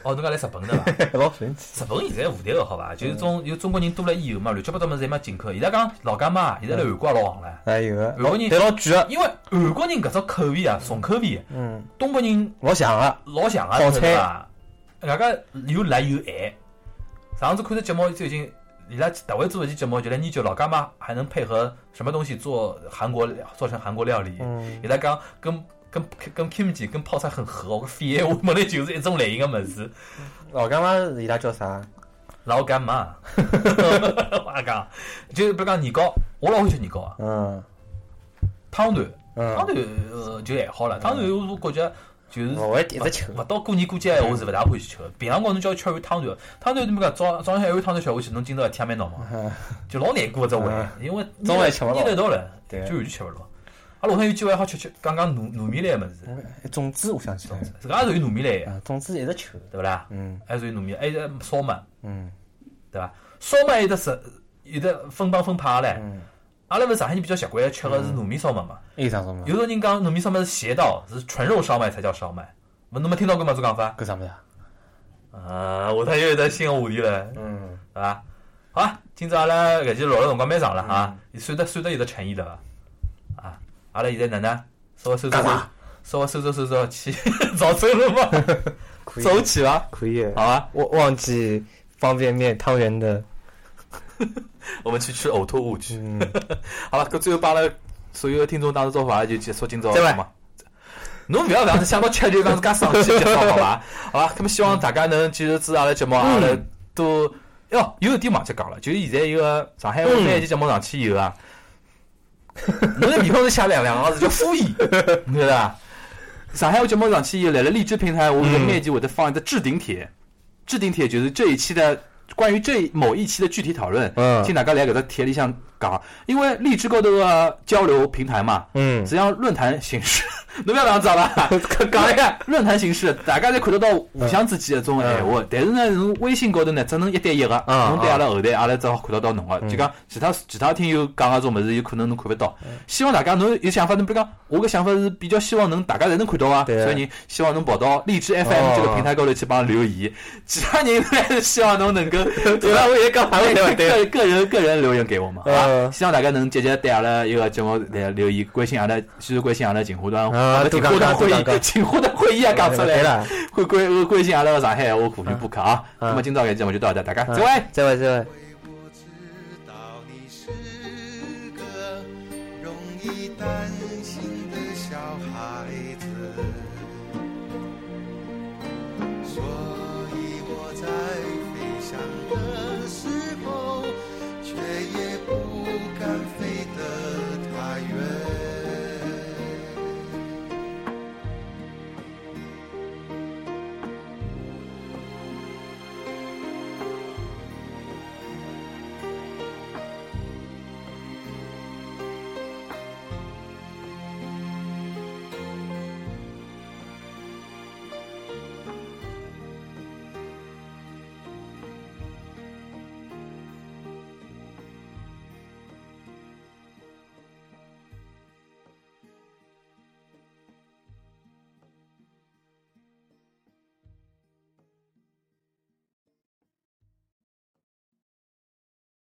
哦，侬讲来日本的伐？ 老神奇。日本现在负担个好伐？就是中有中国人多了以后嘛，乱七八糟物事侪没进口。现在讲老干妈，现在辣韩国也老行唻，哎有个，韩国人但老贵个，因为韩国人搿只口味啊，重口味，啊嗯，东北人老像个，老像啊，好对伐？外加有辣有咸。上次看的节目最近，伊拉特为做一期节目，就来研究老干妈还能配合什么东西做韩国料做成韩国料理。嗯伊拉讲跟跟跟 kimchi 跟泡菜很合，我翻译我问的就是一种类型的物事。老干妈伊拉叫啥？老干妈， 我讲就是比如讲年糕，我老欢喜年糕啊，嗯汤圆，汤嗯，圆呃就还好了，汤圆我感觉就是勿会一直吃。勿到过年过节闲话是勿大欢喜吃的。平常光侬叫伊吃碗汤圆，汤圆侬讲早早浪向一碗汤圆吃下去，侬今朝一天也蛮闹忙，嗯就老难过只胃嗯，因为中午也吃不腻落得到了，就 对完全吃勿落。阿拉下趟有机会好吃吃，讲讲糯糯米类的物事，粽子哎我想起来了，自家也属于糯米类的，啊，粽子一直吃。对勿啦？嗯还属于糯米，还有一个烧麦，嗯对伐？烧麦有的是有的分帮分派的嘞。嗯，阿拉勿是上海人比较习惯吃个是糯米烧麦嘛，还有啥种嘛有？种人讲糯米烧麦是邪道，是纯肉烧麦才叫烧麦。勿侬没听到过吗？这讲法？搿啥物事啊？啊呃，下趟又有得新个话题了，嗯，对伐？好啊，今朝阿拉搿期聊了辰光蛮长了啊，嗯算得算得有得诚意了伐？啊，阿拉现在哪能稍微收收干收嘛，稍微收收收收去 找走路嘛，可以走起伐？可以。好啊，我忘记方便面汤圆的，我们去吃呕吐物去。嗯，好了，搿最后帮阿拉所有的听众打个招呼，阿拉就结束今朝的再会节目。侬勿要搿样子想到吃就搿样自家生气结束好伐？ 好伐？搿么希望大家能继续支持阿拉嗯节目，阿拉都哟有一点忘记讲了，就是现在一个上海话嗯那一期节目上去以后啊，侬在面孔上写两两个字叫敷衍， 你晓得伐？上海话节目上去以后，来了荔枝平台，我嗯的面前会得放一个置顶帖，置顶帖就是这一期的关于这某一期的具体讨论，嗯请大家来搿个帖里向讲，因为荔枝高头个交流平台嘛，嗯实际上论坛形式， 侬不要这样子好 吧？讲一下，嗯论坛形式，大家侪看得到互相之间的这种闲话，但是呢，侬微信高头呢，只能一对一个，嗯侬对阿拉后台，阿拉只好看得到侬个。啊就讲其他其他听友讲个种物事，有可能侬看不到。嗯希望大家侬有想法，侬比如讲，我个想法是比较希望能大家侪能看到啊，所对以人希望侬跑到荔枝 FM 哦这个平台高头去帮留言。其他人呢， 希望侬能够 对吧？我也讲反问对吧？个 个人个人留言给我们，好吧？嗯希望大家能积极对阿拉一个节目来留言，关心阿拉，继续关心阿拉锦湖端，啊阿拉锦湖端会多讲讲多讲议，讲 锦湖端会议也讲出来对了，关关关心阿拉个上海闲话，苦于不可啊。嗯那么今朝搿节目就到这，大啊家再会。再会，再会。会不知道你是个容易担心的小孩。